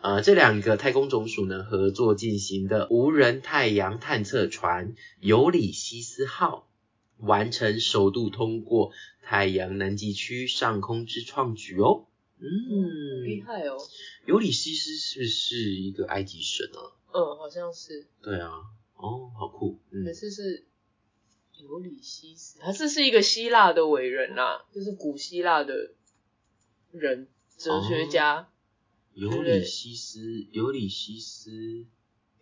[SPEAKER 2] 呃， 这两个太空总署呢合作进行的无人太阳探测船“尤里西斯号”完成首度通过太阳南极区上空之创举哦。
[SPEAKER 1] 厉
[SPEAKER 2] 嗯，
[SPEAKER 1] 害哦，
[SPEAKER 2] 尤里西斯是不是一个埃及神啊？
[SPEAKER 1] 嗯，好像是，
[SPEAKER 2] 对啊，哦，好酷，嗯
[SPEAKER 1] 还，是是尤里西斯，他这是一个希腊的伟人啦、就是古希腊的人，哲学家，
[SPEAKER 2] 尤里西斯，尤里西斯，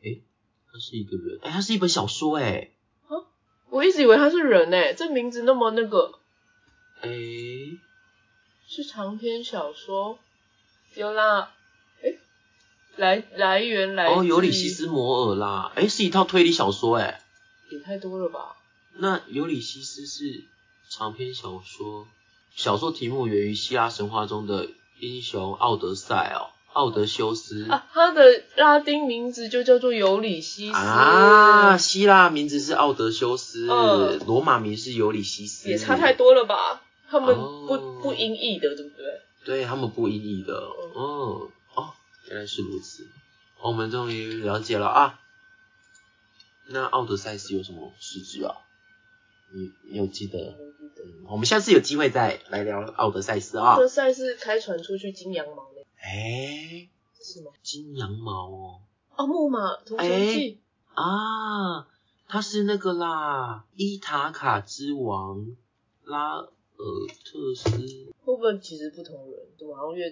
[SPEAKER 2] 诶，他是一个人，诶，他是一本小说，诶，
[SPEAKER 1] 我一直以为他是人诶、这名字那么那个，
[SPEAKER 2] 诶。
[SPEAKER 1] 是长篇小说，有啦，诶、来来源来
[SPEAKER 2] 哦，
[SPEAKER 1] 自
[SPEAKER 2] 尤里西斯摩尔啦，诶，是一套推理小说诶。
[SPEAKER 1] 也太多了吧？
[SPEAKER 2] 那尤里西斯是长篇小说，小说题目源于希腊神话中的英雄奥德赛哦，奥德修斯。
[SPEAKER 1] 啊，他的拉丁名字就叫做尤里西斯，
[SPEAKER 2] 啊希腊名字是奥德修斯，
[SPEAKER 1] 嗯
[SPEAKER 2] 罗马名是尤里西斯。
[SPEAKER 1] 也差太。多了吧？他们
[SPEAKER 2] 哦
[SPEAKER 1] 不、不音译的，对不对？
[SPEAKER 2] 对他们不音译的，哦哦，原来是如此。哦我们终于了解了啊。那奥德赛是有什么实质啊？你你有记得？嗯，我们下次有机会再来聊奥德赛斯啊
[SPEAKER 1] 这。赛事开船出去金羊毛嘞，
[SPEAKER 2] 哎，
[SPEAKER 1] 是吗？
[SPEAKER 2] 金羊毛哦，
[SPEAKER 1] 哦，木马同学记，
[SPEAKER 2] 啊，他是那个啦，伊塔卡之王拉尔特斯。
[SPEAKER 1] 会不会其实不同人，怎么好像越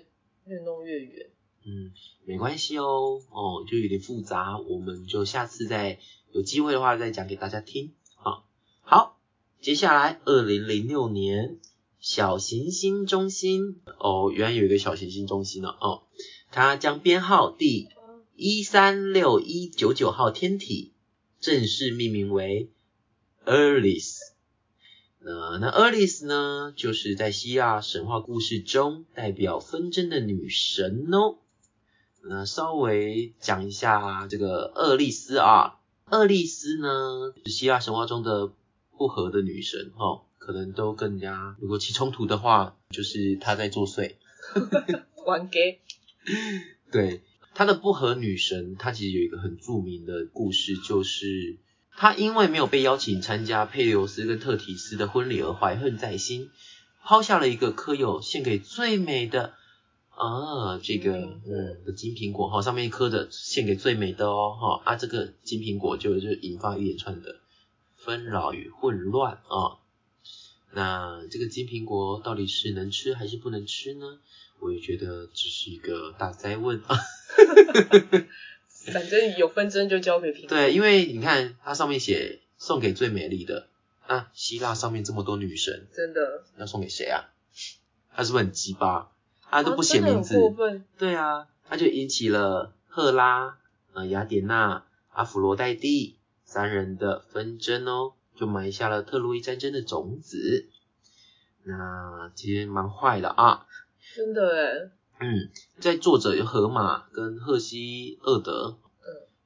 [SPEAKER 1] 越弄越远？
[SPEAKER 2] 嗯，没关系哦，哦，就有点复杂，我们就下次再有机会的话再讲给大家听啊。好，接下来二零零六年小行星中心哦，原来有一个小行星中心呢、哦，它将编号第一三六一九九号天体正式命名为 Earlis。呃，那 Earlis 呢，就是在希腊神话故事中代表纷争的女神哦。那稍微讲一下这个厄利斯啊，厄利斯呢，是希腊神话中的不和的女神哦，可能都跟人家如果起冲突的话，就是她在作祟。
[SPEAKER 1] 玩给
[SPEAKER 2] 对，她的不和女神，她其实有一个很著名的故事，就是她因为没有被邀请参加佩琉斯跟特提斯的婚礼而怀恨在心，抛下了一个科友献给最美的啊这个
[SPEAKER 1] 金苹果
[SPEAKER 2] 嗯的金苹果哈、上面刻着献给最美的哦哈、啊这个金苹果就就引发一连串的纷扰与混乱啊。那这个金苹果到底是能吃还是不能吃呢？我也觉得这是一个大灾问啊。
[SPEAKER 1] 反正有纷争就交给平。
[SPEAKER 2] 对，因为你看它上面写送给最美丽的，那希腊上面这么多女神，
[SPEAKER 1] 真的，
[SPEAKER 2] 要送给谁啊？他是不是很鸡巴？他都不写
[SPEAKER 1] 啊真的
[SPEAKER 2] 名
[SPEAKER 1] 很
[SPEAKER 2] 字，
[SPEAKER 1] 过分，
[SPEAKER 2] 对啊，他就引起了赫拉、呃雅典娜、阿芙罗黛蒂三人的纷争哦，就埋下了特洛伊战争的种子。那其实蛮坏的啊，
[SPEAKER 1] 真的哎，
[SPEAKER 2] 嗯，在作者有荷马跟赫西厄德，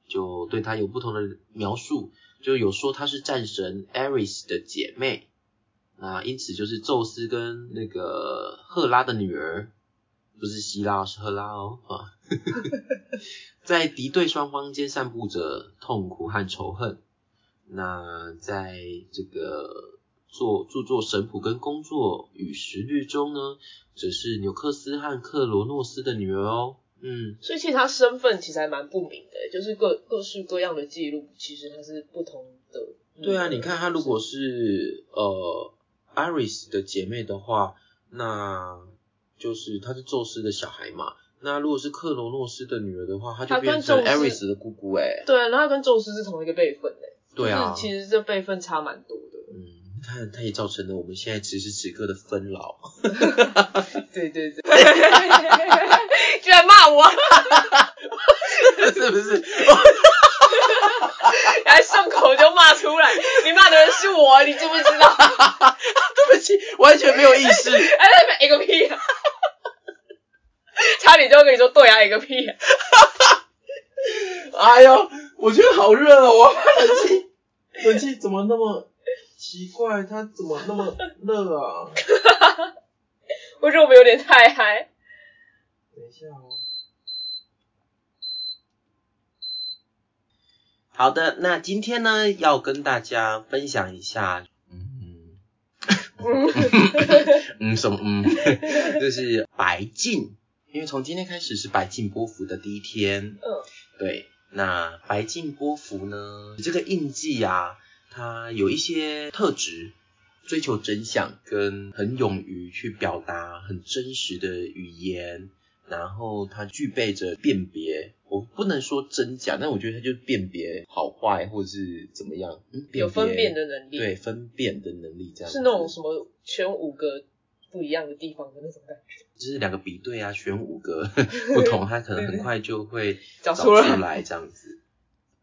[SPEAKER 2] 就对他有不同的描述，就有说她是战神 Ares 的姐妹，那因此就是宙斯跟那个赫拉的女儿，不是希拉是赫拉哦啊， 在敌对双方间散布着痛苦和仇恨。那在这个作著作《神谱》跟《工作与时日》中呢，则是纽克斯和克罗诺斯的女儿哦。嗯，
[SPEAKER 1] 所以其实他身份其实还蛮不明的欸，就是各各式各样的记录，其实他是不同的。嗯
[SPEAKER 2] 对啊，你看她如果是呃 Iris 的姐妹的话，那就是他是宙斯的小孩嘛。那如果是克罗诺斯的女儿的话，她
[SPEAKER 1] 她跟
[SPEAKER 2] 就变成
[SPEAKER 1] 宙斯
[SPEAKER 2] 艾瑞斯的姑姑哎、欸。
[SPEAKER 1] 对，啊然后他跟宙斯是同一个辈分诶、
[SPEAKER 2] 对啊
[SPEAKER 1] 就是，其实这辈分差蛮多的。
[SPEAKER 2] 嗯，你看，它也造成了我们现在此时此刻的纷扰。
[SPEAKER 1] 对对对， 居然骂我，啊
[SPEAKER 2] 是不是？
[SPEAKER 1] 还顺口就骂出来，你骂的人是我，啊你知不知道？
[SPEAKER 2] 对不起，完全没有意识。
[SPEAKER 1] 哎，那边一个屁啊！ 差点就要跟你说对啊，一个屁啊！
[SPEAKER 2] 哎呦，我觉得好热哦，我冷气， 冷气怎么那么奇怪？它怎么那么热啊？
[SPEAKER 1] 我觉得我们有点太嗨。
[SPEAKER 2] 等一下哦。好的，那今天呢，要跟大家分享一下，嗯 嗯什么嗯， 就是白净，因为从今天开始是白净波幅的第一天，
[SPEAKER 1] 嗯，
[SPEAKER 2] 对，那白净波幅呢，这个印记啊，它有一些特质，追求真相跟很勇于去表达很真实的语言，然后它具备着辨别，我不能说真假，但我觉得它就是辨别好坏或者是怎么样，嗯、
[SPEAKER 1] 有分辨
[SPEAKER 2] 辨
[SPEAKER 1] 的能力，
[SPEAKER 2] 对，分辨的能力这样子，
[SPEAKER 1] 是那种什么全五个不一样的地方的那种感觉，
[SPEAKER 2] 就是两个比对啊，选五个不同，它可能很快就会
[SPEAKER 1] 找
[SPEAKER 2] 找
[SPEAKER 1] 出
[SPEAKER 2] 出
[SPEAKER 1] 来
[SPEAKER 2] 来这样子。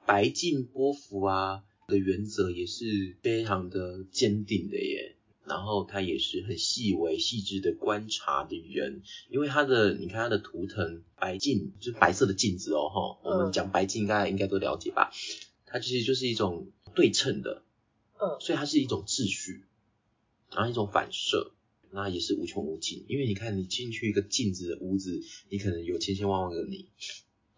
[SPEAKER 2] 白净波幅啊的原则也是非常的坚定的耶，然后他也是很细微细致的观察的人，因为他的你看他的图腾白净就是白色的镜子哦哈，
[SPEAKER 1] 嗯
[SPEAKER 2] 我们讲白净大家应该都了解吧，它其实就是一种对称的，
[SPEAKER 1] 嗯
[SPEAKER 2] 所以它是一种秩序，然后一种反射，那也是无穷无尽。因为你看，你进去一个镜子的屋子，你可能有千千万万个你，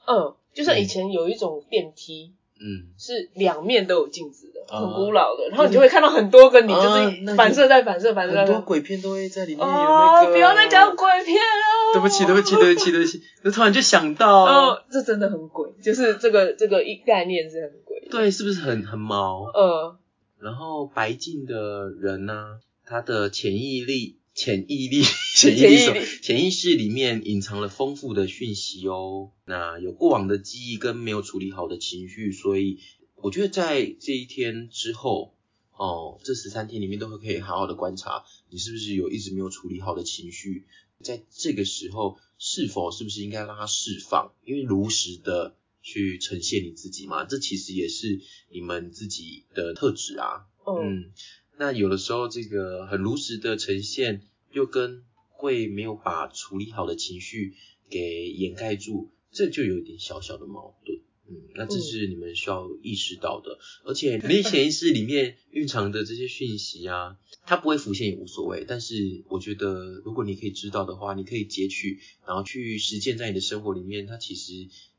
[SPEAKER 1] 嗯，就像以前有一种电梯
[SPEAKER 2] 嗯，
[SPEAKER 1] 是两面都有镜子的，
[SPEAKER 2] 嗯
[SPEAKER 1] 很古老的，然后你就会看到很多个你，就
[SPEAKER 2] 嗯那
[SPEAKER 1] 是
[SPEAKER 2] 就
[SPEAKER 1] 反射在反射反射在
[SPEAKER 2] 很
[SPEAKER 1] 反
[SPEAKER 2] 多
[SPEAKER 1] 射。
[SPEAKER 2] 鬼片都会在里面有那
[SPEAKER 1] 哦，
[SPEAKER 2] 个。
[SPEAKER 1] 不要再讲。鬼片了。
[SPEAKER 2] 对不起，对不起，对不起，对不起，我突然就想到，
[SPEAKER 1] 哦，这真的很鬼，就是这个这个一概念是很鬼的。
[SPEAKER 2] 对，是不是很很毛？
[SPEAKER 1] 呃，
[SPEAKER 2] 然后白净的人呢、他的潜意力、潜 意力、潜意力什
[SPEAKER 1] 潜意
[SPEAKER 2] 么
[SPEAKER 1] 力
[SPEAKER 2] 潜意识里面隐藏了丰富的讯息哦。那有过往的记忆跟没有处理好的情绪，所以我觉得在这一天之后，哦，这十三天里面都会可以好好的观察，你是不是有一直没有处理好的情绪，在这个时候是否是不是应该让它释放，因为如实的去呈现你自己嘛，这其实也是你们自己的特质啊。
[SPEAKER 1] 嗯，
[SPEAKER 2] 嗯，那有的时候这个很如实的呈现，又跟会没有把处理好的情绪给掩盖住，这就有一点小小的矛盾。嗯，那这是你们需要意识到的，而且你潜意识里面蕴藏的这些讯息啊，它不会浮现也无所谓。但是我觉得，如果你可以知道的话，你可以截取，然后去实践在你的生活里面，它其实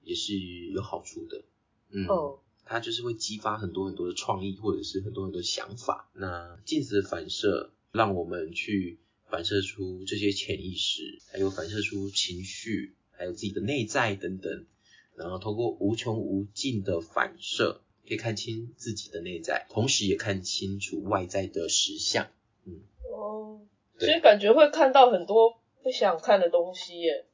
[SPEAKER 2] 也是有好处的。嗯，
[SPEAKER 1] 哦，
[SPEAKER 2] 它就是会激发很多很多的创意，或者是很多很多的想法。那镜子的反射，让我们去反射出这些潜意识，还有反射出情绪，还有自己的内在等等。然后通过无穷无尽的反射，可以看清自己的内在，同时也看清楚外在的实相。
[SPEAKER 1] 哦，
[SPEAKER 2] 对
[SPEAKER 1] 所以感觉会看到很多不想看的东西耶。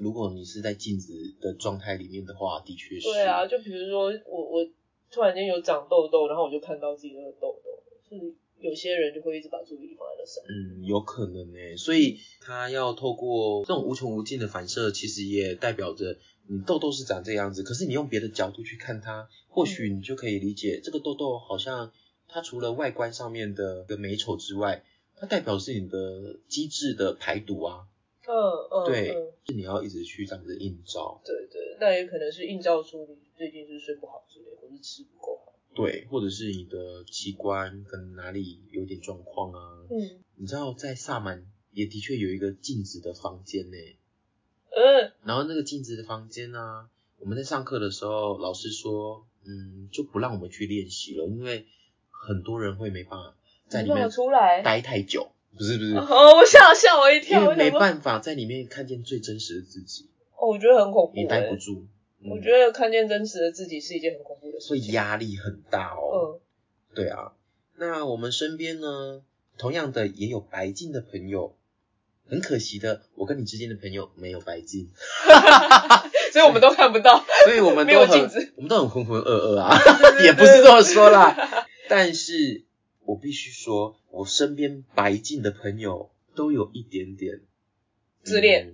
[SPEAKER 2] 如果你是在镜子的状态里面的话，的确是。
[SPEAKER 1] 对啊，就比如说我我突然间有长痘痘，然后我就看到自己那个痘痘，是有些人就会一直把注意力放在那上。
[SPEAKER 2] 嗯，有可能呢、所以它要透过这种无穷无尽的反射，其实也代表着你痘痘是长这样子，可是你用别的角度去看它，或许
[SPEAKER 1] 嗯
[SPEAKER 2] 你就可以理解这个痘痘好像它除了外观上面的一个美丑之外，它代表是你的机制的排毒啊，
[SPEAKER 1] 嗯嗯，
[SPEAKER 2] 对
[SPEAKER 1] 嗯
[SPEAKER 2] 是你要一直去这样子映照，
[SPEAKER 1] 对对，那也可能是映照出你最近是睡不好之类，或是吃不够好。
[SPEAKER 2] 对，或者是你的器官可能哪里有点状况啊，
[SPEAKER 1] 嗯
[SPEAKER 2] 你知道在萨满也的确有一个镜子的房间呢、欸
[SPEAKER 1] 嗯，
[SPEAKER 2] 然后那个镜子的房间呢、我们在上课的时候，老师说，嗯，就不让我们去练习了，因为很多人会没办法在里
[SPEAKER 1] 你
[SPEAKER 2] 面
[SPEAKER 1] 让我出来。
[SPEAKER 2] 待太久，不是不 是，
[SPEAKER 1] 哦，我吓吓我一
[SPEAKER 2] 因
[SPEAKER 1] 跳，
[SPEAKER 2] 为
[SPEAKER 1] 我
[SPEAKER 2] 没
[SPEAKER 1] 想说，
[SPEAKER 2] 办法在里面看见最真实的自己，
[SPEAKER 1] 哦，我觉得很恐怖
[SPEAKER 2] 也待不
[SPEAKER 1] 耶。
[SPEAKER 2] 住，嗯
[SPEAKER 1] 我觉得看见真实的自己是一件很恐怖的
[SPEAKER 2] 所
[SPEAKER 1] 事
[SPEAKER 2] 以
[SPEAKER 1] 情。
[SPEAKER 2] 压力很大哦。
[SPEAKER 1] 嗯
[SPEAKER 2] 对啊，那我们身边呢，同样的也有白净的朋友，很可惜的，我跟你之间的朋友没有白金，
[SPEAKER 1] 所以我们都看不到。
[SPEAKER 2] 所以我们
[SPEAKER 1] 没有
[SPEAKER 2] 都
[SPEAKER 1] 镜
[SPEAKER 2] 很
[SPEAKER 1] 子
[SPEAKER 2] 我们都很浑浑噩噩啊， 也不是这么说啦。 但是我必须说，我身边白净的朋友都有一点点
[SPEAKER 1] 自恋，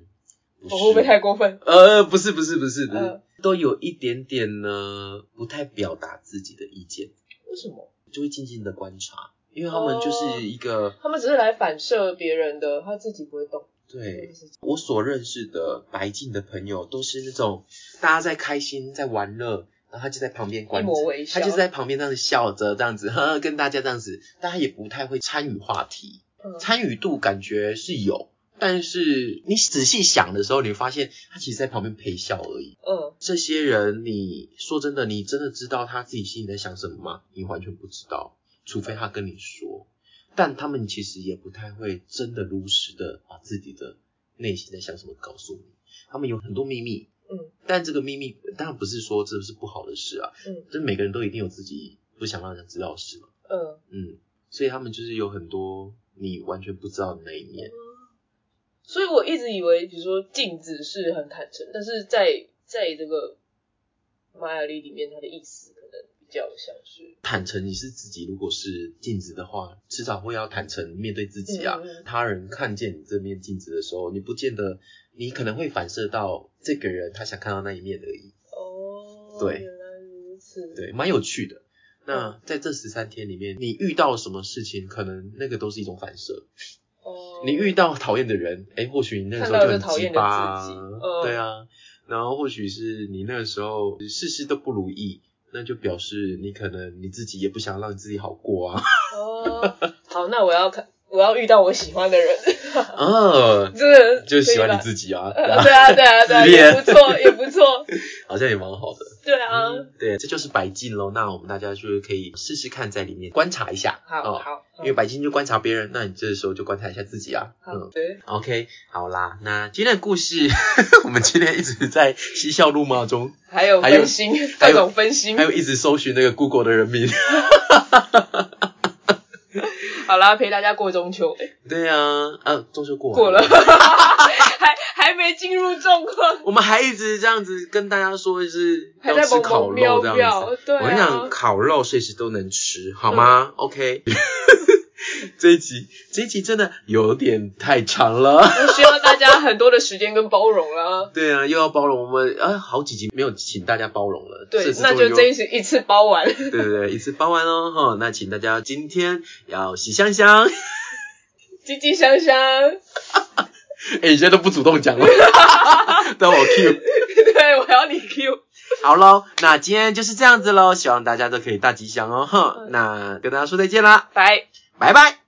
[SPEAKER 2] 嗯
[SPEAKER 1] 我会不会太过分？
[SPEAKER 2] 呃，不是不是不是不是，
[SPEAKER 1] 嗯
[SPEAKER 2] 都有一点点呢，不太表达自己的意见，
[SPEAKER 1] 为什么？
[SPEAKER 2] 就会静静的观察，因为他们就是一个、
[SPEAKER 1] 他们只是来反射别人的，他自己不会动。
[SPEAKER 2] 对。我所认识的白净的朋友都是那种大家在开心在玩乐，然后他就在旁边观
[SPEAKER 1] 一
[SPEAKER 2] 察
[SPEAKER 1] 抹微，笑
[SPEAKER 2] 他就是在旁边这样子笑着这样子，呵呵，跟大家这样子，但他也不太会参与话题，
[SPEAKER 1] 嗯
[SPEAKER 2] 参与度感觉是有，但是你仔细想的时候，你会发现他其实在旁边陪笑而已。
[SPEAKER 1] 嗯，
[SPEAKER 2] 这些人，你说真的，你真的知道他自己心里在想什么吗？你完全不知道，除非他跟你说。但他们其实也不太会真的如实的把自己的内心在想什么告诉你，他们有很多秘密。
[SPEAKER 1] 嗯，
[SPEAKER 2] 但这个秘密当然不是说这是不好的事啊，
[SPEAKER 1] 嗯，
[SPEAKER 2] 就是每个人都一定有自己不想让人知道的事嘛。
[SPEAKER 1] 嗯，
[SPEAKER 2] 嗯，所以他们就是有很多你完全不知道的那一面。
[SPEAKER 1] 所以我一直以为，比如说镜子是很坦诚，但是在在这个玛雅历里面，它的意思可能比较像是
[SPEAKER 2] 坦诚你是自己，如果是镜子的话，迟早会要坦诚面对自己啊。
[SPEAKER 1] 嗯嗯嗯
[SPEAKER 2] 他人看见你这面镜子的时候，你不见得，你可能会反射到这个人他想看到那一面而已。
[SPEAKER 1] 哦，
[SPEAKER 2] 对
[SPEAKER 1] 原来如此，，
[SPEAKER 2] 对，蛮有趣的。那在这十三天里面，你遇到什么事情，可能那个都是一种反射。
[SPEAKER 1] 哦，
[SPEAKER 2] 你遇到讨厌的人，哎，或许你那个时候
[SPEAKER 1] 看到
[SPEAKER 2] 很
[SPEAKER 1] 就讨
[SPEAKER 2] 鸡
[SPEAKER 1] 厌
[SPEAKER 2] 巴
[SPEAKER 1] 的自己
[SPEAKER 2] 啊
[SPEAKER 1] 嗯，
[SPEAKER 2] 对啊。然后或许是你那个时候事事都不如意，那就表示你可能你自己也不想让你自己好 过啊。
[SPEAKER 1] 哦，好，那我要看，我要遇到我喜欢的 人，
[SPEAKER 2] 啊，
[SPEAKER 1] 真的
[SPEAKER 2] 就喜欢
[SPEAKER 1] 可以
[SPEAKER 2] 你
[SPEAKER 1] 吧
[SPEAKER 2] 自己啊，
[SPEAKER 1] 呃 对啊，对啊，对啊，
[SPEAKER 2] 自
[SPEAKER 1] 也
[SPEAKER 2] 恋
[SPEAKER 1] 不错，也不错，
[SPEAKER 2] 好像也蛮好的。
[SPEAKER 1] 对啊，
[SPEAKER 2] 嗯，对，这就是白金喽。那我们大家就是可以试试看，在里面观察一下。
[SPEAKER 1] 好
[SPEAKER 2] 哦，
[SPEAKER 1] 好，嗯
[SPEAKER 2] 因为白金就观察别人，那你这时候就观察一下自己啊。
[SPEAKER 1] 好
[SPEAKER 2] 嗯
[SPEAKER 1] 对，
[SPEAKER 2] ，OK，好啦，那今天的故事， 我们今天一直在嬉笑怒骂中，
[SPEAKER 1] 还有
[SPEAKER 2] 还有
[SPEAKER 1] 分心，
[SPEAKER 2] 还
[SPEAKER 1] 各
[SPEAKER 2] 有
[SPEAKER 1] 种分心
[SPEAKER 2] 还，有一直搜寻那个 Google 的人名。
[SPEAKER 1] 好啦，陪大家过中秋，诶
[SPEAKER 2] 对啊，啊，中秋过完
[SPEAKER 1] 过了， 还还没进入状况，
[SPEAKER 2] 我们还一直这样子跟大家说，就是
[SPEAKER 1] 还
[SPEAKER 2] 要
[SPEAKER 1] 在
[SPEAKER 2] 吃
[SPEAKER 1] 蹦
[SPEAKER 2] 烤
[SPEAKER 1] 蹦喵
[SPEAKER 2] 肉这样子。
[SPEAKER 1] 喵，对
[SPEAKER 2] 我跟你讲，
[SPEAKER 1] 啊，嗯
[SPEAKER 2] 烤肉随时都能吃，好吗、o k 这一集这一集真的有点太 长了。
[SPEAKER 1] 需要大家很多的时间跟包容 啦。
[SPEAKER 2] 对啊，又要包容我们啊，好几集没有请大家包容了。
[SPEAKER 1] 对
[SPEAKER 2] 这，次
[SPEAKER 1] 那
[SPEAKER 2] 终于
[SPEAKER 1] 就
[SPEAKER 2] 有
[SPEAKER 1] 这一次一次包完。
[SPEAKER 2] 对对对，一次包完喽哈。那请大家今天要喜香香，
[SPEAKER 1] 叽叽香香，
[SPEAKER 2] 哎、你现在都不主动讲 了，都我 Q。
[SPEAKER 1] 对我要你 Q，
[SPEAKER 2] 好喽，那今天就是这样子喽，希望大家都可以大吉祥哦哈。那跟大家说再见啦，
[SPEAKER 1] 拜。
[SPEAKER 2] 拜拜。